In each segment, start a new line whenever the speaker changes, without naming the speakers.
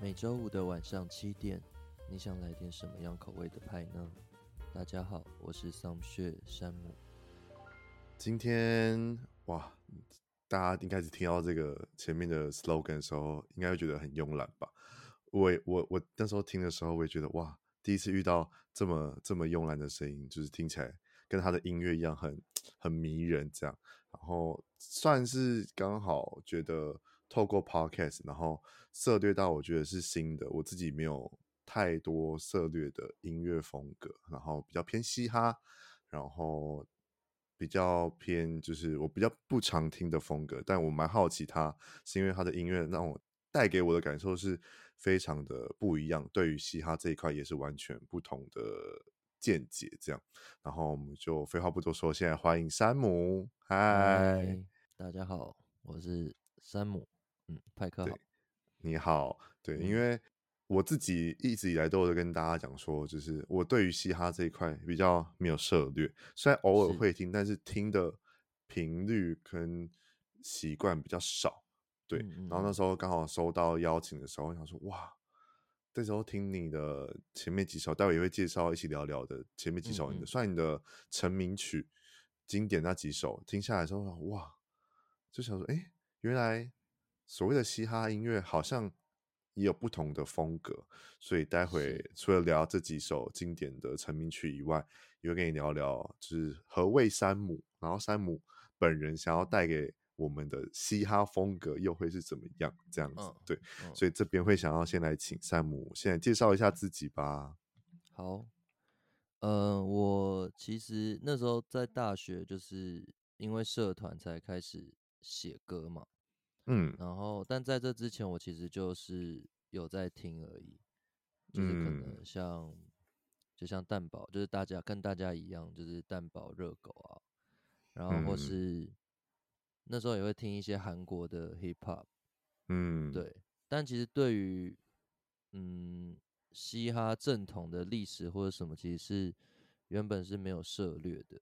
每周五的晚上七点，你想来点什么样口味的派呢？大家好，我是桑雪山姆。
今天哇，大家应该是听到这个前面的 slogan 的时候，应该会觉得很慵懒吧？我也我我那时候听的时候，我也觉得哇，第一次遇到这么这么慵懒的声音，就是听起来跟他的音乐一样很很迷人，这样。然后算是刚好觉得透过 podcast，然后涉猎到我觉得是新的，我自己没有太多涉猎的音乐风格，然后比较偏嘻哈，然后比较偏就是我比较不常听的风格，但我蛮好奇他，是因为他的音乐让我带给我的感受是非常的不一样，对于嘻哈这一块也是完全不同的见解，这样。然后我们就废话不多说，现在欢迎山姆，嗨，，
哎大家好，我是山姆。嗯，派克好
对。你好，对，
嗯
因为我自己一直以来都有跟大家讲说，就是我对于嘻哈这一块比较没有涉略，虽然偶尔
是
会听，但是听的频率跟习惯比较少，对。
嗯嗯
然后那时候刚好收到邀请的时候，我想说哇。这时候听你的前面几首，待会也会介绍一起聊聊的前面几首，你
嗯
的
嗯
算你的成名曲经典那几首，听下来之后哇，就想说，哎、原来所谓的嘻哈音乐好像也有不同的风格，所以待会
是
除了聊这几首经典的成名曲以外，也会跟你聊聊就是何谓山姆，然后山姆本人想要带给我们的嘻哈风格又会是怎么样这样子？
嗯
对，
嗯
所以这边会想要先来请山姆先来介绍一下自己吧。
好，呃，我其实那时候在大学，就是因为社团才开始写歌嘛。
嗯
然后，但在这之前，我其实就是有在听而已，就是可
嗯
能像，就像蛋堡，就是大家跟大家一样，就是蛋堡、热狗啊，然后或
嗯
是、那时候也会听一些韩国的 hip hop，
嗯，
对，但其实对于嗯嘻哈正统的历史或者什么，其实是原本是没有涉略的，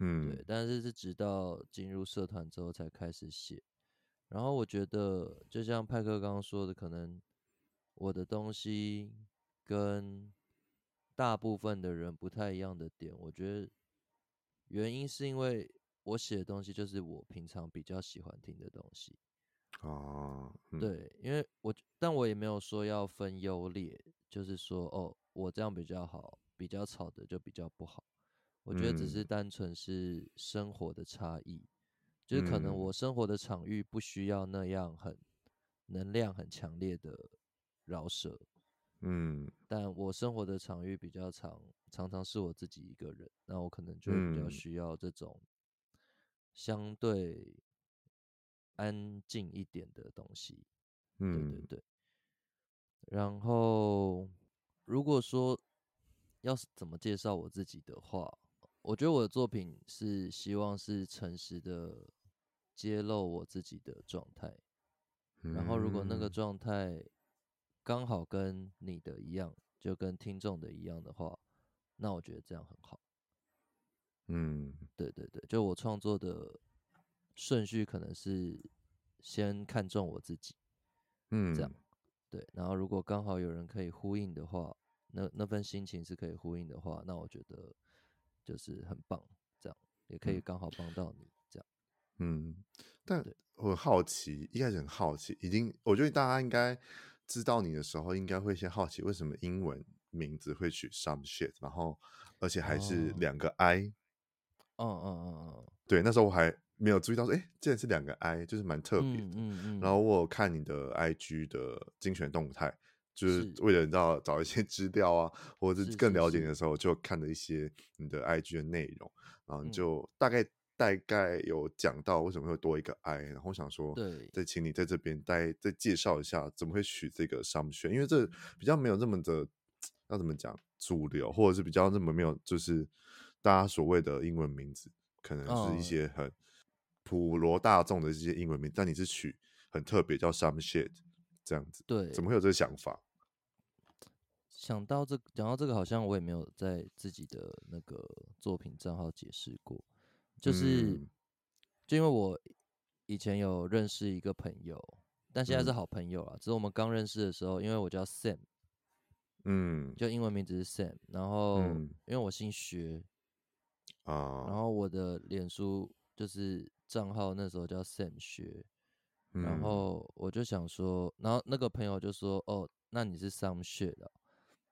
嗯，
对，但是是直到进入社团之后才开始写。然后我觉得，就像派克刚刚说的，可能我的东西跟大部分的人不太一样的点，我觉得原因是因为我写的东西就是我平常比较喜欢听的东西。
哦，嗯，
对，因为我觉但我也没有说要分优劣，就是说哦，我这样比较好，比较吵的就比较不好。我觉得只是
嗯
单纯是生活的差异，就是可能
嗯
我生活的场域不需要那样很能量很强烈的饶舌，
嗯
但我生活的场域比较常，常常是我自己一个人，那我可能就会比较
嗯
需要这种相对安静一点的东西。对对
嗯
对。然后，如果说要是怎么介绍我自己的话，我觉得我的作品是希望是诚实的揭露我自己的状态。
嗯，
然后，如果那个状态刚好跟你的一样，就跟听众的一样的话，那我觉得这样很好。
嗯
对对对，就我创作的顺序可能是先看重我自己。
嗯
这样对，然后如果刚好有人可以呼应的话，那那份心情是可以呼应的话，那我觉得就是很棒，这样也可以
嗯
刚好帮到你，这样。
嗯，但
对
我很好奇，一开始很好奇，已经我觉得大家应该知道你的时候，应该会先好奇为什么英文名字会取 some shit，然后而且还是
哦
两个 i。
嗯嗯
对，那时候我还没有注意到说，哎，竟然是两个 i，就是蛮特别的。
嗯嗯嗯嗯，
然后我有看你的 IG 的精选动态，就是
是
为了你知道找一些 资料啊，或者
是
是更
是
了解你
是
的时候，就看了一些你的 IG 的内容，然后你
嗯
就大概大概有讲到为什么会多一个 I，然后我想说，
嗯对，
再请你在这边再再介绍一下怎么会取这个 s u m s h 因为这比较没有这么的要怎么讲主流，或者是比较那么没有就是大家所谓的英文名字，可能是一
嗯
些很普罗大众的这些英文名，但你是取很特别叫 some shit 这样子，
对
怎，么会有这个想法？
想到这讲到这个，好像我也没有在自己的那个作品账号解释过，就是、
嗯
就因为我以前有认识一个朋友，但现在是
嗯
好朋友啊。只是我们刚认识的时候，因为我叫 Sam，
嗯
就英文名字是 Sam，然后、
嗯
因为我姓薛，然
啊，
后我的脸书就是账号那时候叫 Sam 薛，然
嗯
后我就想说，然后那个朋友就说：“哦，那你是 Sam 薛的哦。”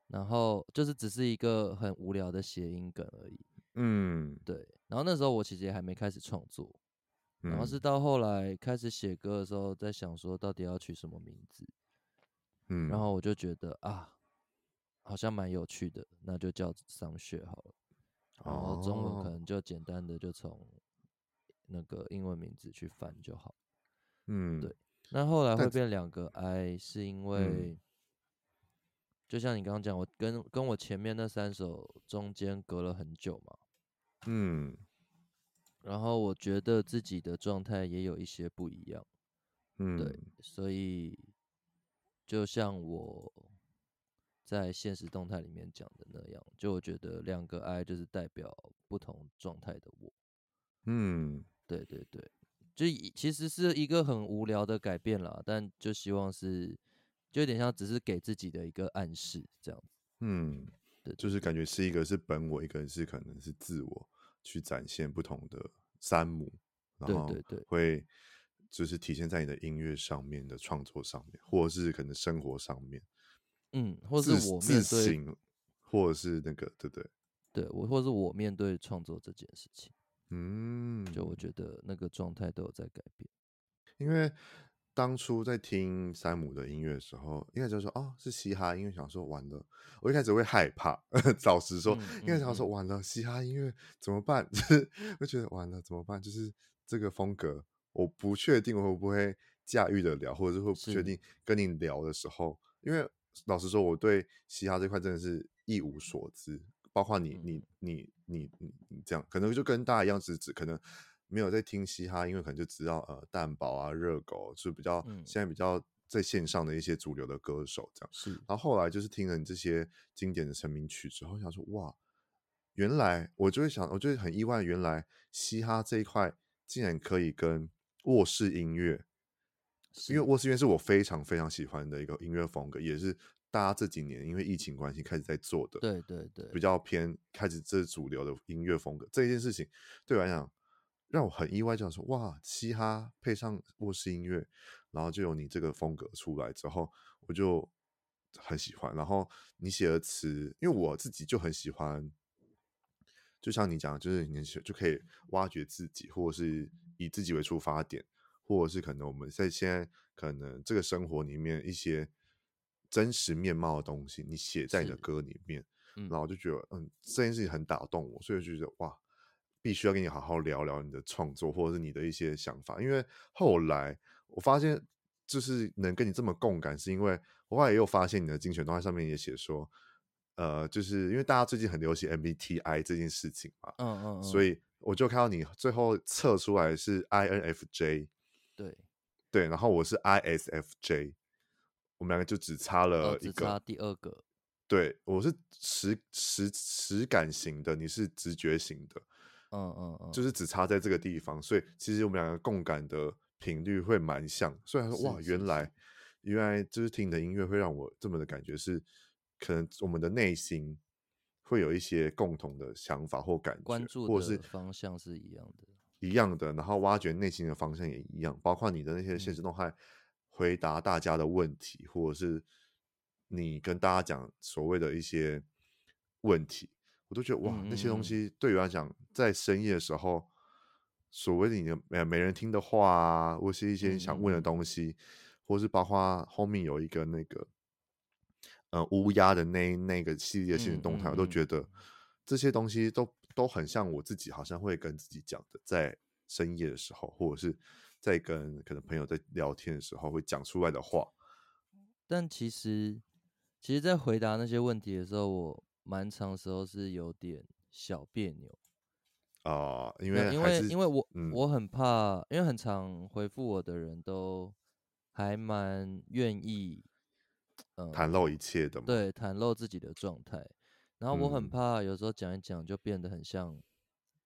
然后就是只是一个很无聊的谐音梗而已，
嗯，
对。然后那时候我其实也还没开始创作，然后
嗯
是到后来开始写歌的时候，在想说到底要取什么名字，
嗯，
然后我就觉得啊，好像蛮有趣的，那就叫商学好了。然后中文可
哦
能就简单的就从那个英文名字去翻就好。
嗯
对那后来
但嗯
会变两个 I，是因为、就像你刚刚讲，我跟跟我前面那三首中间隔了很久嘛，
嗯
然后我觉得自己的状态也有一些不一样。
嗯
所以就像我在现实动态里面讲的那样，就我觉得两个 I 就是代表不同状态的我。
嗯
对对对，就以其实是一个很无聊的改变啦，但就希望是就有点像只是给自己的一个暗示这样子。
嗯，
对对
就是感觉是一个是本我，一个是可能是自我，去展现不同的山姆，然
对
后
对对
会就是体现在你的音乐上面的创作上面，或者是可能生活上面，
嗯，或是
自
我面
自
对
省，或者是那个对不对？
对我，或是我面对创作这件事情，
嗯，
就我觉得那个状态都有在改变。
因为当初在听山姆的音乐的时候，一开始就说哦是嘻哈音乐，想说完了，我一开始会害怕， 老实说，
嗯
一开
嗯
始想说
嗯
完了，嘻哈音乐怎么办？ 就是会觉得完了怎么办？就是这个风格，我不确定我会不会驾驭得了，或者是会不确
是
定跟你聊的时候，因为老实说，我对嘻哈这块真的是一无所知，包括你你
嗯
你你你你这样，可能就跟大家一样，只只可能没有在听嘻哈，因为可能就知道呃蛋堡啊、热狗是比较
嗯，
现在比较在线上的一些主流的歌手这样。
是
然后后来就是听了你这些经典的成名曲之后，想说哇，原来我就会想，我就会很意外，原来嘻哈这一块竟然可以跟卧室音乐，因
是，
为卧室音乐是我非常非常喜欢的一个音乐风格，也是大家这几年因为疫情关系开始在做的，
对对对，
比较偏开始这是主流的音乐风格这一件事情，对我来讲让我很意外，就想说哇，嘻哈配上卧室音乐，然后就有你这个风格出来之后，我就很喜欢。然后你写的词，因为我自己就很喜欢，就像你讲的，就是你就可以挖掘自己，或者是以自己为出发点，或者是可能我们在现在可能这个生活里面一些真实面貌的东西，你写在你的
是
歌里面。
嗯
然后我就觉得，嗯，这件事情很打动我，所以我就觉得哇，必须要跟你好好聊聊你的创作，或者是你的一些想法。因为后来我发现，就是能跟你这么共感，是因为我后来也有发现你的精选动态上面也写说，呃，就是因为大家最近很流行 MBTI 这件事情嘛，
嗯嗯
所
嗯，
以我就看到你最后测出来是 INFJ，
对，
对，然后我是 ISFJ，我们两个就只差
哦，
了呃一
只
个，
差第二个，
对，我是实实实感型的，你是直觉型的，
嗯嗯嗯，
就是只差在这个地方，所以其实我们两个共感的频率会蛮像。虽然说哇，
是
原
是
来
是，
原来就是听你的音乐会让我这么的感觉是，可能我们的内心会有一些共同的想法或感
关
觉，
注
或者是
的方向是一样的，
一样的，然后挖掘内心的方向也一样，包括你的那些现实
嗯，
动态回答大家的问题，或者是你跟大家讲所谓的一些问题，我都觉得
嗯
哇，那些东
嗯嗯，
西对我来讲，在深夜的时候，所谓的你的呃没人听的话啊，或是一些
嗯
想
嗯
问的
嗯，
东西，或是包括后面有一个那个呃乌鸦的那那个系列现实
嗯
动态，
嗯
我都
嗯，
觉得这些东西都都很像我自己，好像会跟自己讲的，在深夜的时候，或者是在跟可能朋友在聊天的时候会讲出来的话。
但其实，其实，在回答那些问题的时候，我蛮长时候是有点小别扭，
啊、因
没有，
为
因
还
为
是
因为我
嗯
我很怕，因为很常回复我的人都还蛮愿意，呃，
袒露一切的嘛，
对，袒露自己的状态。然后我很
嗯，
怕有时候讲一讲就变得很像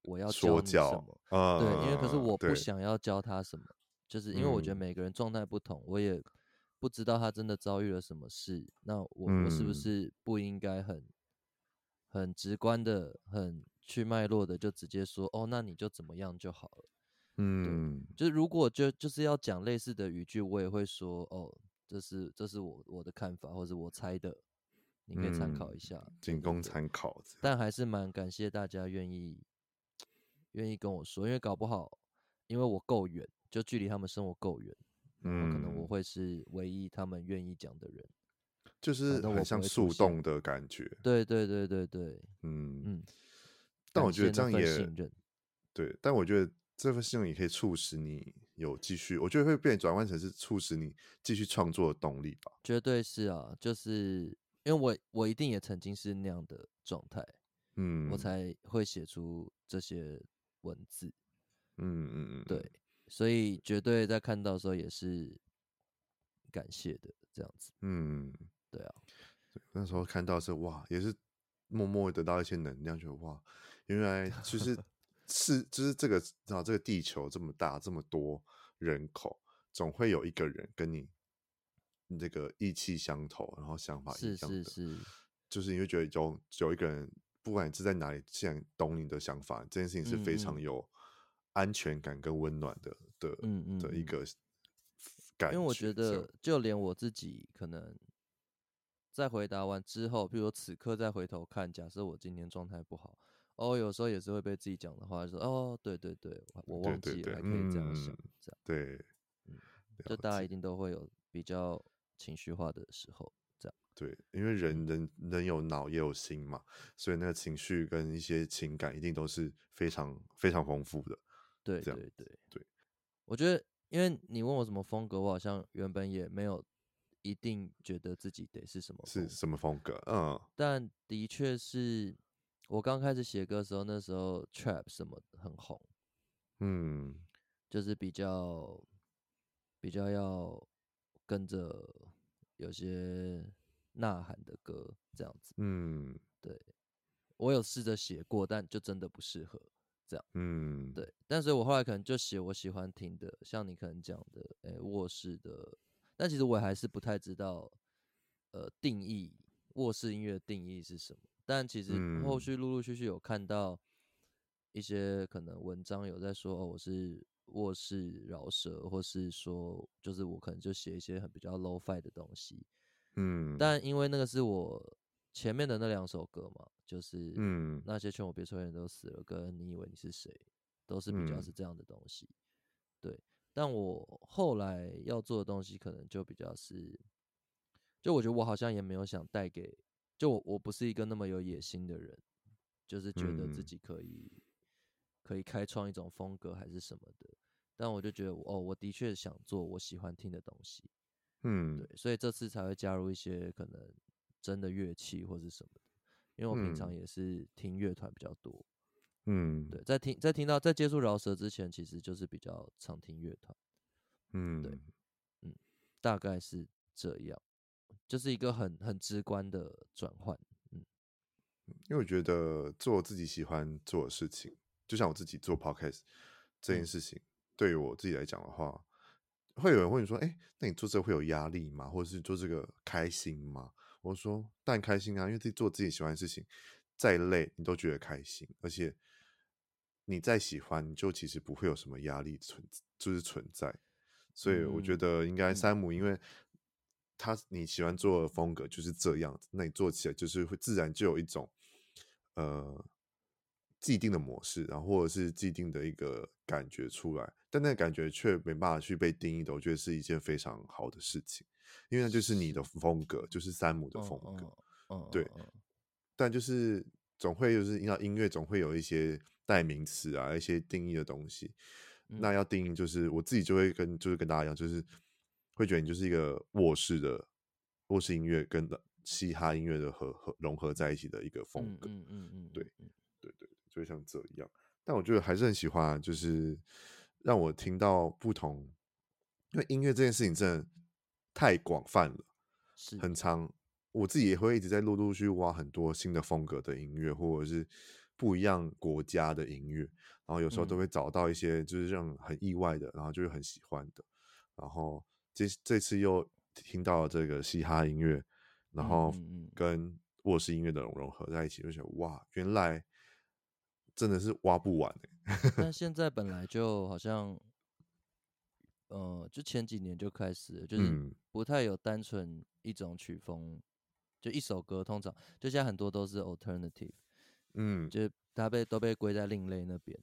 我要教
说
你什
教，
么，对，因为可是
呃，
我不
对，
想要教他什么，就是因为我觉得
嗯
每个人状态不同，我也不知道他真的遭遇了什么事，那我、我是不
嗯
是不应该很很直观的、很去脉络的就直接说哦，那你就怎么样就好了。
嗯
就是如果就就是要讲类似的语句，我也会说哦，这是这是我我的看法，或者我猜的，你可以参考
嗯
一下。对对
仅供
对
参考这样。
但还是蛮感谢大家愿意愿意跟我说，因为搞不好因为我够远，就距离他们生活够远，然后可能我
嗯
会是唯一他们愿意讲的人。
就是
正我
很
不
像
会出
树
现
洞的感觉，
对对对对对，
嗯
嗯。
但
感
我觉得
谢
这
那份
样也
信任，
对，但我觉得这份信任也可以促使你有继续，我觉得会变转换成是促使你继续创作的动力吧。
绝对是啊，就是因为我我一定也曾经是那样的状态，
嗯，
我才会写出这些文字。
嗯嗯嗯，
对，所以绝对在看到的时候也是感谢的，这样子。
嗯，
对啊，
那时候看到是哇，也是默默地得到一些能量，觉得哇，原来 其实是就是这个啊，这个地球这么大，这么多人口，总会有一个人跟你你这个意气相投，然后想法一
是
样
是
的，
是，
就是你会觉得有有一个人，不管是在哪里，既然懂你的想法，这件事情是
嗯
非常
嗯
有安全感跟温暖的的
嗯嗯
的一
嗯
个感
因为我觉
这样
得就连我自己可能在回答完之后，譬如说此刻再回头看，假设我今天状态不好，哦，有时候也是会被自己讲的话，就说哦，对对对，我我
对
忘
对
记
对
了，还可以这样想
嗯，
这样，
对，
就
了
大家
解
一定都会有比较情绪化的时候，这样，
对，因为人人人有脑也有心嘛，所以那个情绪跟一些情感一定都是非常非常丰富的。
对
这样
对对
对，
我觉得，因为你问我什么风格，我好像原本也没有一定觉得自己得是什么风
是
格，
什么风格？嗯
但的确是我刚开始写歌的时候，那时候 trap 什么很红，
嗯
就是比较比较要跟着有些呐喊的歌这样子。
嗯
我有试着写过，但就真的不适合。
嗯，
对，但所以我后来可能就写我喜欢听的，像你可能讲的，诶、卧室的，但其实我还是不太知道，呃，定义卧室音乐的定义是什么。但其实后
嗯
续陆陆续续有看到一些可能文章有在说，哦，我是卧室饶舌，或是说就是我可能就写一些很比较 low fi 的东西。
嗯，
但因为那个是我前面的那两首歌嘛，就是
嗯
那些劝我别抽烟都死了，跟你以为你是谁，都是比较
嗯
是这样的东西。对，但我后来要做的东西可能就比较是，就我觉得我好像也没有想带给，就我我不是一个那么有野心的人，就是觉得自
嗯
己可以、可以开创一种风格还是什么的。但我就觉得我，哦，我的确想做我喜欢听的东西，对
嗯，
所以这次才会加入一些可能真的乐器或是什么的，因为我平常
嗯
也是听乐团比较多。
嗯
对，在听在听到在接触饶舌之前，其实就是比较常听乐团，
嗯
大概是这样，就是一个很很直观的转换。
因为我觉得做自己喜欢做的事情，就像我自己做 podcast 这件
嗯
事情，对于我自己来讲的话，会有人问你说：“哎，那你做这会有压力吗？或者是做这个开心吗？”我说：“当然开心啊，因为自己做自己喜欢的事情，再累你都觉得开心，而且你再喜欢，你就其实不会有什么压力存，就是存在。所以我觉
嗯
得应该
嗯
山姆，因为他你喜欢做的风格就是这样子，那你做起来就是会自然就有一种呃既定的模式，然后或者是既定的一个感觉出来，但那个感觉却没办法去被定义的，我觉得是一件非常好的事情，因为那就是你
是，
的风格，就是山姆的
嗯
风格。
嗯嗯
对
嗯嗯，
但就是总会就是你知道音乐总会有一些代名词啊，一些定义的东西。那
嗯
要定义就是我自己就会跟就是跟大家一样，就是会觉得你就是一个卧室的卧室音乐跟嘻哈音乐的合合融合在一起的一个风
嗯
格。
嗯嗯嗯
对
嗯嗯，
对对，就会像这样。但我觉得还是很喜欢啊，就是让我听到不同，因为音乐这件事情真的太广泛了，
是，
很长。我自己也会一直在陆陆续续挖很多新的风格的音乐，或者是不一样国家的音乐，然后有时候都
嗯
会找到一些就是让很意外的，然后就会很喜欢的。然后这这次又听到了这个嘻哈音乐，然
嗯
后
嗯嗯
跟卧室音乐的融合在一起，就觉得哇，原来真的是挖不完、欸、
但现在本来就好像，呃，就前几年就开始了，就是
嗯
不太有单纯一种曲风，就一首歌，通常就现在很多都是 alternative，
嗯
就它被都被归在另类那边，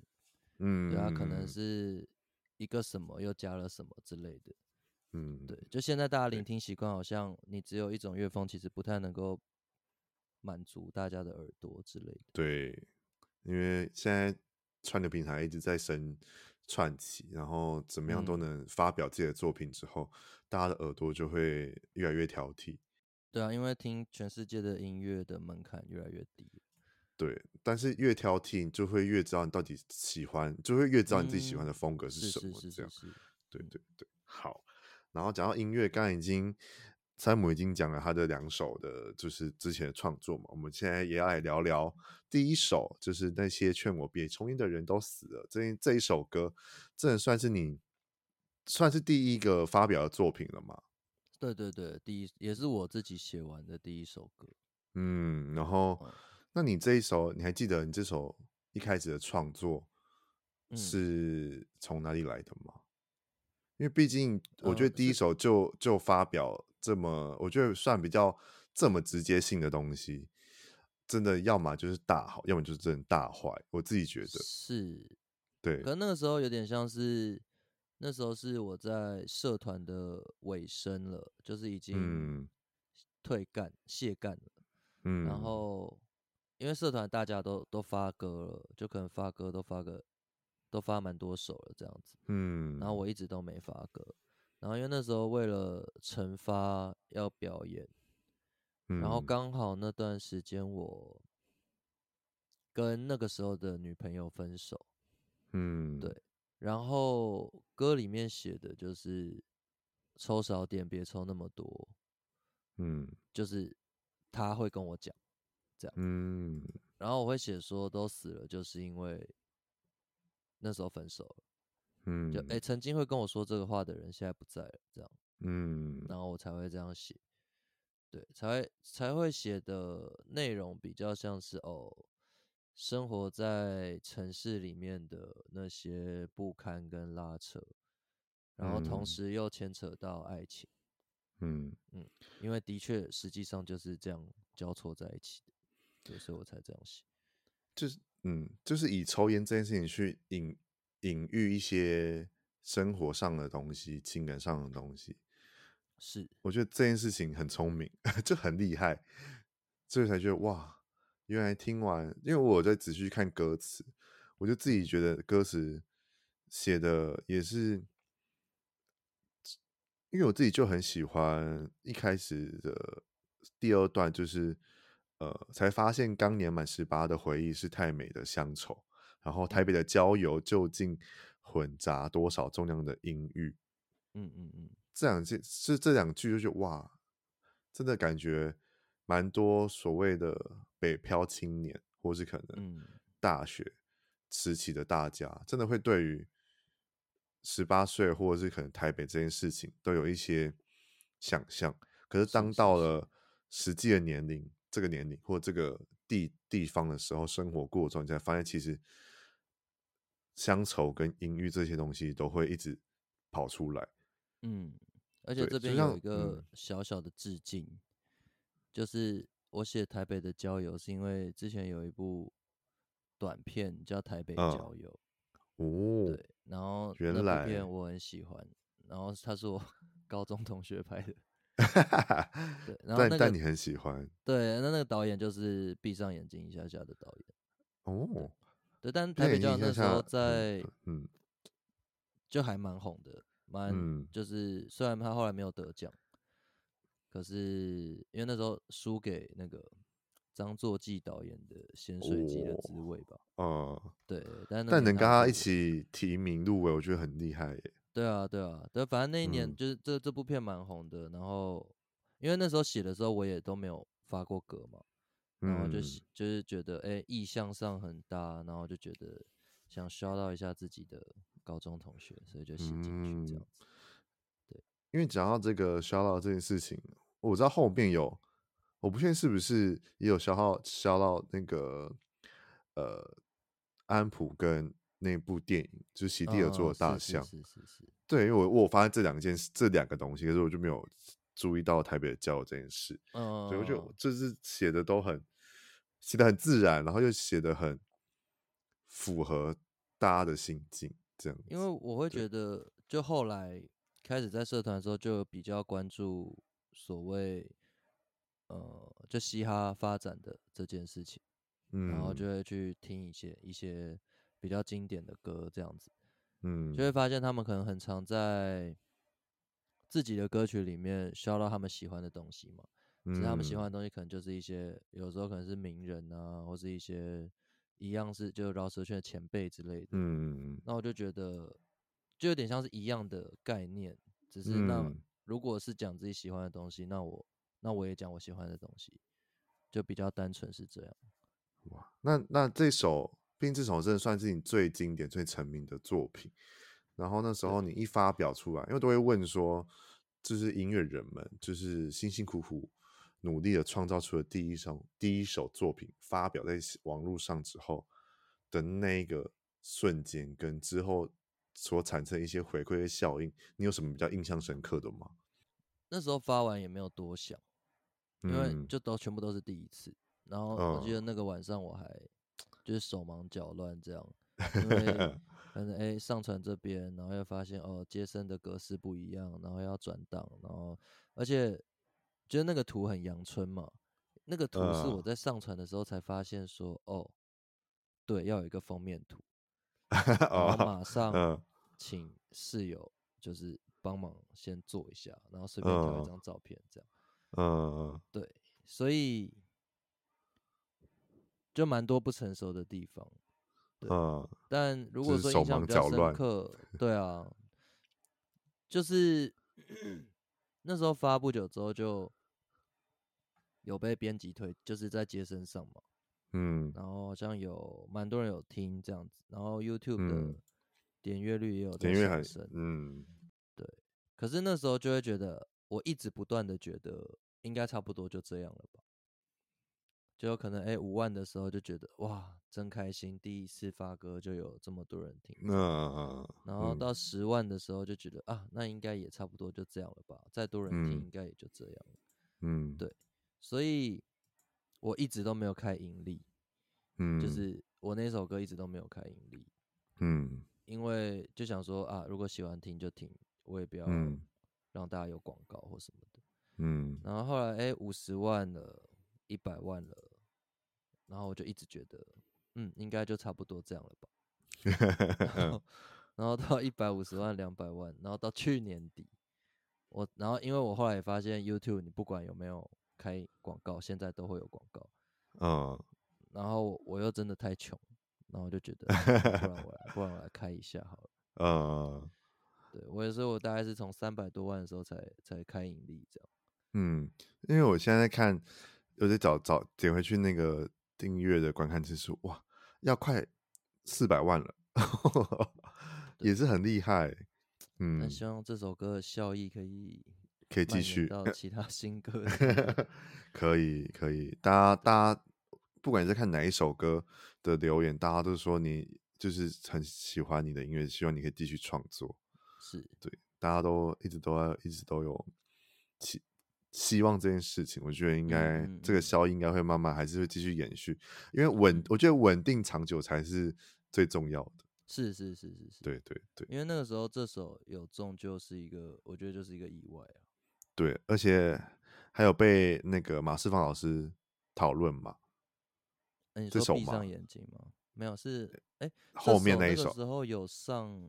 嗯，
对啊，可能
嗯
是一个什么又加了什么之类的，
嗯
对，就现在大家聆
对
听习惯好像你只有一种乐风，其实不太能够满足大家的耳朵之类的，
对，因为现在串流平台一直在升串起，然后怎么样都
嗯
能发表自己的作品之后，大家的耳朵就会越来越挑剔。
对啊，因为听全世界的音乐的门槛越来越低了，
对，但是越挑剔，你就会越知道你到底喜欢，就会越知道你自己喜欢的
嗯
风格是
是
什
是
么。
是
这
是
样，
是。
对对对，好。然后讲到音乐，刚才已经山姆已经讲了他的两首的，就是之前的创作嘛。我们现在也要来聊聊第一首，就是那些劝我别抽烟的人都死了。这一这一首歌，真的算是你算是第一个发表的作品了嘛？
对对对，第一也是我自己写完的第一首歌。
嗯，然后
哦，
那你这一首，你还记得你这首一开始的创作
嗯
是从哪里来的吗？因为毕竟我觉
呃
得第一
是
首就就发表这么，我觉得算比较这么直接性的东西，真的要么就是大好，要么就是真的大坏。我自己觉得，
是，
对
可，能那个时候有点像是，那时候是我在社团的尾声了，就是已经
嗯
退干卸干了。
嗯，
然后因为社团大家都都发歌了，就可能发歌都发个都发蛮多首了这样子。
嗯，
然后我一直都没发歌，然后因为那时候为了惩罚要表演，然后
嗯
刚好那段时间我跟那个时候的女朋友分手，
嗯
对然后歌里面写的就是抽少点，别抽那么多，
嗯
就是他会跟我讲，
嗯
然后我会写说都死了，就是因为那时候分手了，
嗯，
就诶、哎曾经会跟我说这个话的人现在不在了，这样，
嗯
然后我才会这样写，对，才会才会写的内容比较像是哦，生活在城市里面的那些不堪跟拉扯，然后同
嗯
时又牵扯到爱情，
嗯。
因为的确实际上就是这样交错在一起的，对，所以我才这样写。
就是嗯，就是以抽烟这件事情去隐隐喻一些生活上的东西、情感上的东西。
是，
我觉得这件事情很聪明， 就很厉害，所以才觉得哇，原来听完，因为我有在仔细看歌词，我就自己觉得歌词写的也是，因为我自己就很喜欢一开始的第二段，就是呃，才发现刚年满十八的回忆是太美的乡愁，然后台北的郊游究竟混杂多少重量的阴郁，
嗯嗯嗯，
这两句是这两句就觉得哇，真的感觉蛮多所谓的北漂青年，或是可能
嗯
大学时期的大家，真的会对于十八岁或者是可能台北这件事情都有一些想象。可是
是
当
是
到
是
了实际的年龄，这个年龄或这个地地方的时候，生活过程中，你才发现其实乡愁跟阴郁这些东西都会一直跑出来。
嗯，而且
对
这
就
边有
像
一个
嗯
小小的致敬，就是我写台北的郊游，是因为之前有一部短片叫《台北
嗯
郊游》，
哦，
对，然后
原
那部
来
片我很喜欢，然后它是我 高中同学拍的， 对，然后
但
那个
但你很喜欢
对，那那个导演就是闭上眼睛一下下的导演，
哦，
对，但
那
台北
你
郊游
看
那时候
下，嗯
在
嗯
就还蛮红的，蛮
嗯
就是虽然他后来没有得奖，可是因为那时候输给那个张作骥导演的《咸水鸡的滋
哦
味》吧，
呃，
对，但那年
但能跟
他
他
入
一
围，
起提名入围，我觉得很厉害耶。
对啊，对啊，对，反正那一年
嗯
就是这这部片蛮红的，然后因为那时候写的时候我也都没有发过歌嘛，然后就
嗯
是就是觉得哎、意向上很大，然后就觉得想 shout out 一下自己的高中同学，所以就写进去这
嗯
样子。
因为讲到这个消耗这件事情，我知道后面有，我不确定是不是也有消耗消耗那个呃安普跟那部电影，就是席地而坐
嗯
的大
是是
象。
是是是，
对，因为我我有发现这两件事这两个东西，可是我就没有注意到台北的交友这件事。
嗯，
对，我觉得
嗯
就是写的都很写的很自然，然后又写的很符合大家的心境，这样子。
因为我会觉得，就后来开始在社团的时候，就比较关注所谓呃，就嘻哈发展的这件事情，
嗯，
然后就会去听一些一些比较经典的歌，这样子
嗯
就会发现他们可能很常在自己的歌曲里面烧到他们喜欢的东西嘛。只是他们喜
嗯
欢的东西可能就是一些，有时候可能是名人啊，或是一些一样是就饶舌圈的前辈之类的。
嗯
那我就觉得就有点像是一样的概念，只是那、
嗯
如果是讲自己喜欢的东西，那我那我也讲我喜欢的东西，就比较单纯是这样。
哇，那那这首《并这首真的算是你最经典、最成名的作品。然后那时候你一发表出来，因为都会问说，就是音乐人们就是辛辛苦苦努力的创造出了第一首第一首作品，发表在网络上之后的那个瞬间，跟之后所产生一些回馈的效应，你有什么比较印象深刻的吗？
那时候发完也没有多想，因为
嗯
就都全部都是第一次。然后我记
嗯
得那个晚上我还就是手忙脚乱这样，因为可能哎上传这边，然后又发现哦接生的格式不一样，然后要转档，然后而且就是那个图很阳春嘛，那个图是我
嗯
在上传的时候才发现说哦，对，要有一个封面图，然后
哦，
马上
嗯
请室友就是帮忙先做一下，然后随便挑一
嗯
张照片这样。
嗯
对，所以就蛮多不成熟的地方。对
嗯
但如
就
果
是
说
手
印象
忙
比较
脚
深
乱
刻，对啊，就是 那时候发不久之后就有被编辑推，就是在街身上嘛，
嗯
然后好像有蛮多人有听这样子，然后 YouTube 的
嗯
点阅率也有在
点阅
上
很
升，
嗯
可是那时候就会觉得，我一直不断的觉得应该差不多就这样了吧。就有可能哎五、万的时候就觉得哇真开心，第一次发歌就有这么多人听，
那
然后
嗯
到十万的时候就觉得啊那应该也差不多就这样了吧，再多人听
嗯
应该也就这样了。
嗯
对所以我一直都没有开盈利，
嗯
就是我那首歌一直都没有开盈利，
嗯
因为就想说啊如果喜欢听就听，我也不要
嗯
让大家有广告或什么的。
嗯
然后后来哎五十万了，一百万了，然后我就一直觉得，嗯，应该就差不多这样了吧。然
嗯
后 然后到一百五十万、两百万，然后到去年底，我然后因为我后来也发现 YouTube 你不管有没有开广告，现在都会有广告。
嗯
然后我我又真的太穷，然后我就觉得，啊不然我来，不然我来开一下好了。
嗯
对我也是，我大概是从三百多万的时候才才开盈利这样。
嗯，因为我现在在看，我在找找点回去那个订阅的观看次数，哇，要快四百万了，也是很厉害。
但
嗯，
希望这首歌的效益可以
可以继
蔓延
续。
到其他新歌里 面。
可以可以，大家大家不管你在看哪一首歌的留言，大家都说你就是很喜欢你的音乐，希望你可以继续创作。
是，
对，大家都一直都要一直都有希希望这件事情，我觉得
嗯
应该、
嗯
这个
嗯
效应应该会慢慢还是会继续延续，因为稳
嗯，
我觉得稳定长久才是最重要的。
是是是是是，
对对对
因为那个时候这首有中就是一个，我觉得就是一个意外啊。
对，而且还有被那个马世芳老师讨论嘛，
那你
这
说
首
闭
嘛
上眼睛吗？没有，是哎，这
后面
首
那
那
一
个
首，
时候有上，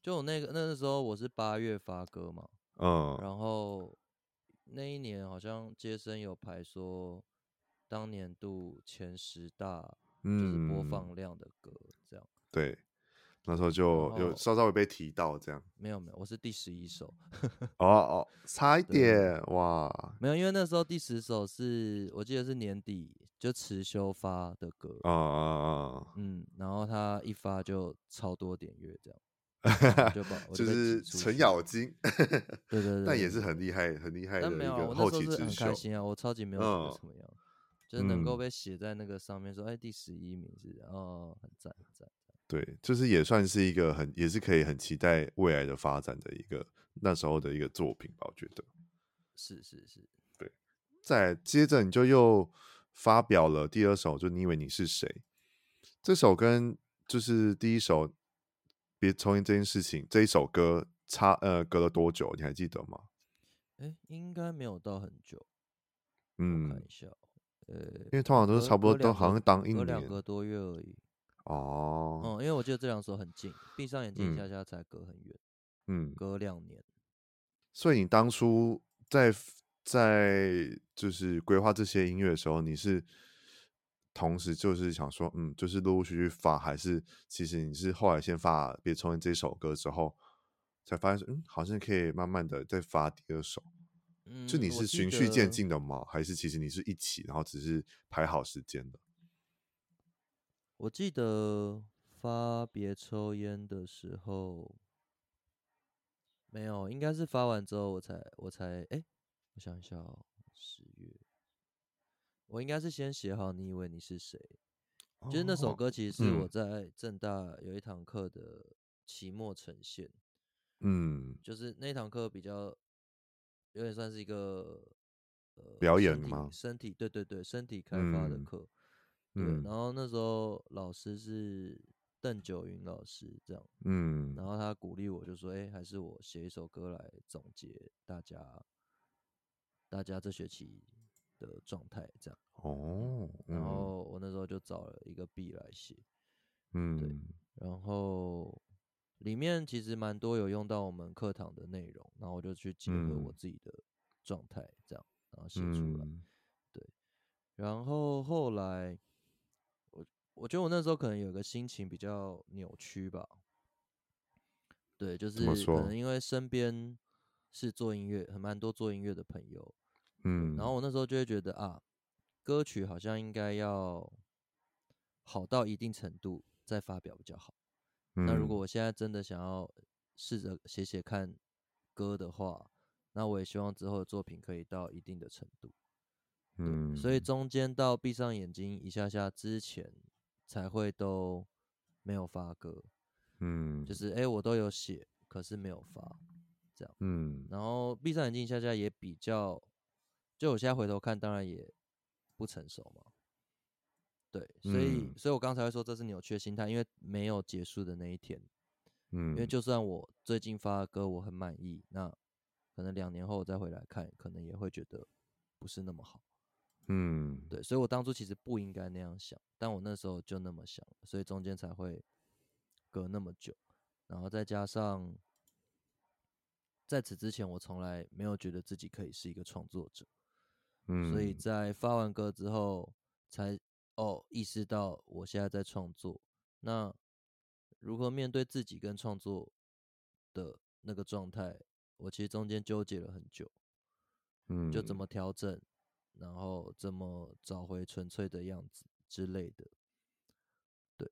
就我那个那个时候我是八月发歌嘛，
嗯，
然后那一年好像接生有排说当年度前十大就是播
嗯，
放量的歌这样。
对，那时候就有
后
稍稍微被提到这样。
没有没有，我是第十一首，
哦哦，差一
对
点哇，
没有，因为那时候第十首是我记得是年底就辞修发的歌，
啊啊
嗯，然后他一发就超多点阅这样，
啊
我
啊！
就 把我
就
就被
是
挤出
程
去
咬金，
对对对，
但也
对
是很厉害、很厉害的
但
一
没有啊，
个
我
后
那时
起
候是
之
很
秀
开。心啊，我超级没有觉
嗯
得怎么样，就是能够
嗯
被写在那个上面说，哎，第十一名是哦，很赞很赞。
对，就是也算是一个很，也是可以很期待未来的发展的一个那时候的一个作品吧，我觉得。
是是是，
再接着你就又发表了第二首，就你以为你是谁这首跟就是第一首别重新这件事情这一首歌差呃隔了多久？你还记得吗？
哎，应该没有到很久，我
嗯
看，一下哦，呃，
因为通常都是
隔
差不多
隔
都
两
好
个
像当一
隔两
年
个多月而已。
哦，
嗯，因为我记得这两首很近，闭上眼睛一
嗯
下下才隔很远，
嗯，
隔两年。
所以你当初在在就是规划这些音乐的时候，你是同时就是想说，嗯，就是陆陆续续发，还是其实你是后来先发《别重演》这首歌之后，才发现说，嗯，好像可以慢慢的再发第二首。
嗯，
就你
我
是
记
循序渐
得
进的吗？还是其实你是一起，然后只是排好时间的？
我记得发别抽烟的时候，没有，应该是发完之后我才我才哎、我想一下哦，十月，我应该是先写好你以为你是谁，就是那首
哦，
歌其实是
嗯
我在正大有一堂课的期末呈现，
嗯，
就是那堂课比较有点算是一个呃
表演
身体
吗
身体对对对身体开发的
嗯
课，
嗯
对，然后那时候老师是邓九云老师这样，
嗯
然后他鼓励我就说，哎、还是我写一首歌来总结大家大家这学期的状态这样，
哦，
然
嗯
后我那时候就找了一个 B 来写，
嗯
然后里面其实蛮多有用到我们课堂的内容，然后我就去结合我
嗯
自己的状态，这样然后写出来。
嗯
然后后来，我我觉得我那时候可能有个心情比较扭曲吧，对，就
怎么
是可
说
能因为身边是做音乐，很蛮多做音乐的朋友，
嗯，
然后我那时候就会觉得啊，歌曲好像应该要好到一定程度再发表比较好。那如
嗯
果我现在真的想要试着写写看歌的话，那我也希望之后的作品可以到一定的程度。对，所以
嗯
中间到闭上眼睛一下下之前，才会都没有发歌，
嗯
就是诶，我都有写，可是没有发。
嗯
然后闭上眼睛一下下也比较，就我现在回头看，当然也不成熟嘛。对，所以，
嗯
所以我刚才会说这是扭曲的心态，因为没有结束的那一天。因为
嗯，
就算我最近发的歌我很满意，那可能两年后我再回来看，可能也会觉得不是那么好。
嗯
对，所以我当初其实不应该那样想，但我那时候就那么想，所以中间才会隔那么久，然后再加上在此之前我从来没有觉得自己可以是一个创作者，
嗯，
所以在发完歌之后才哦意识到我现在在创作。那如何面对自己跟创作的那个状态，我其实中间纠结了很久，
嗯
就怎么调整，然后怎么找回纯粹的样子之类的。对，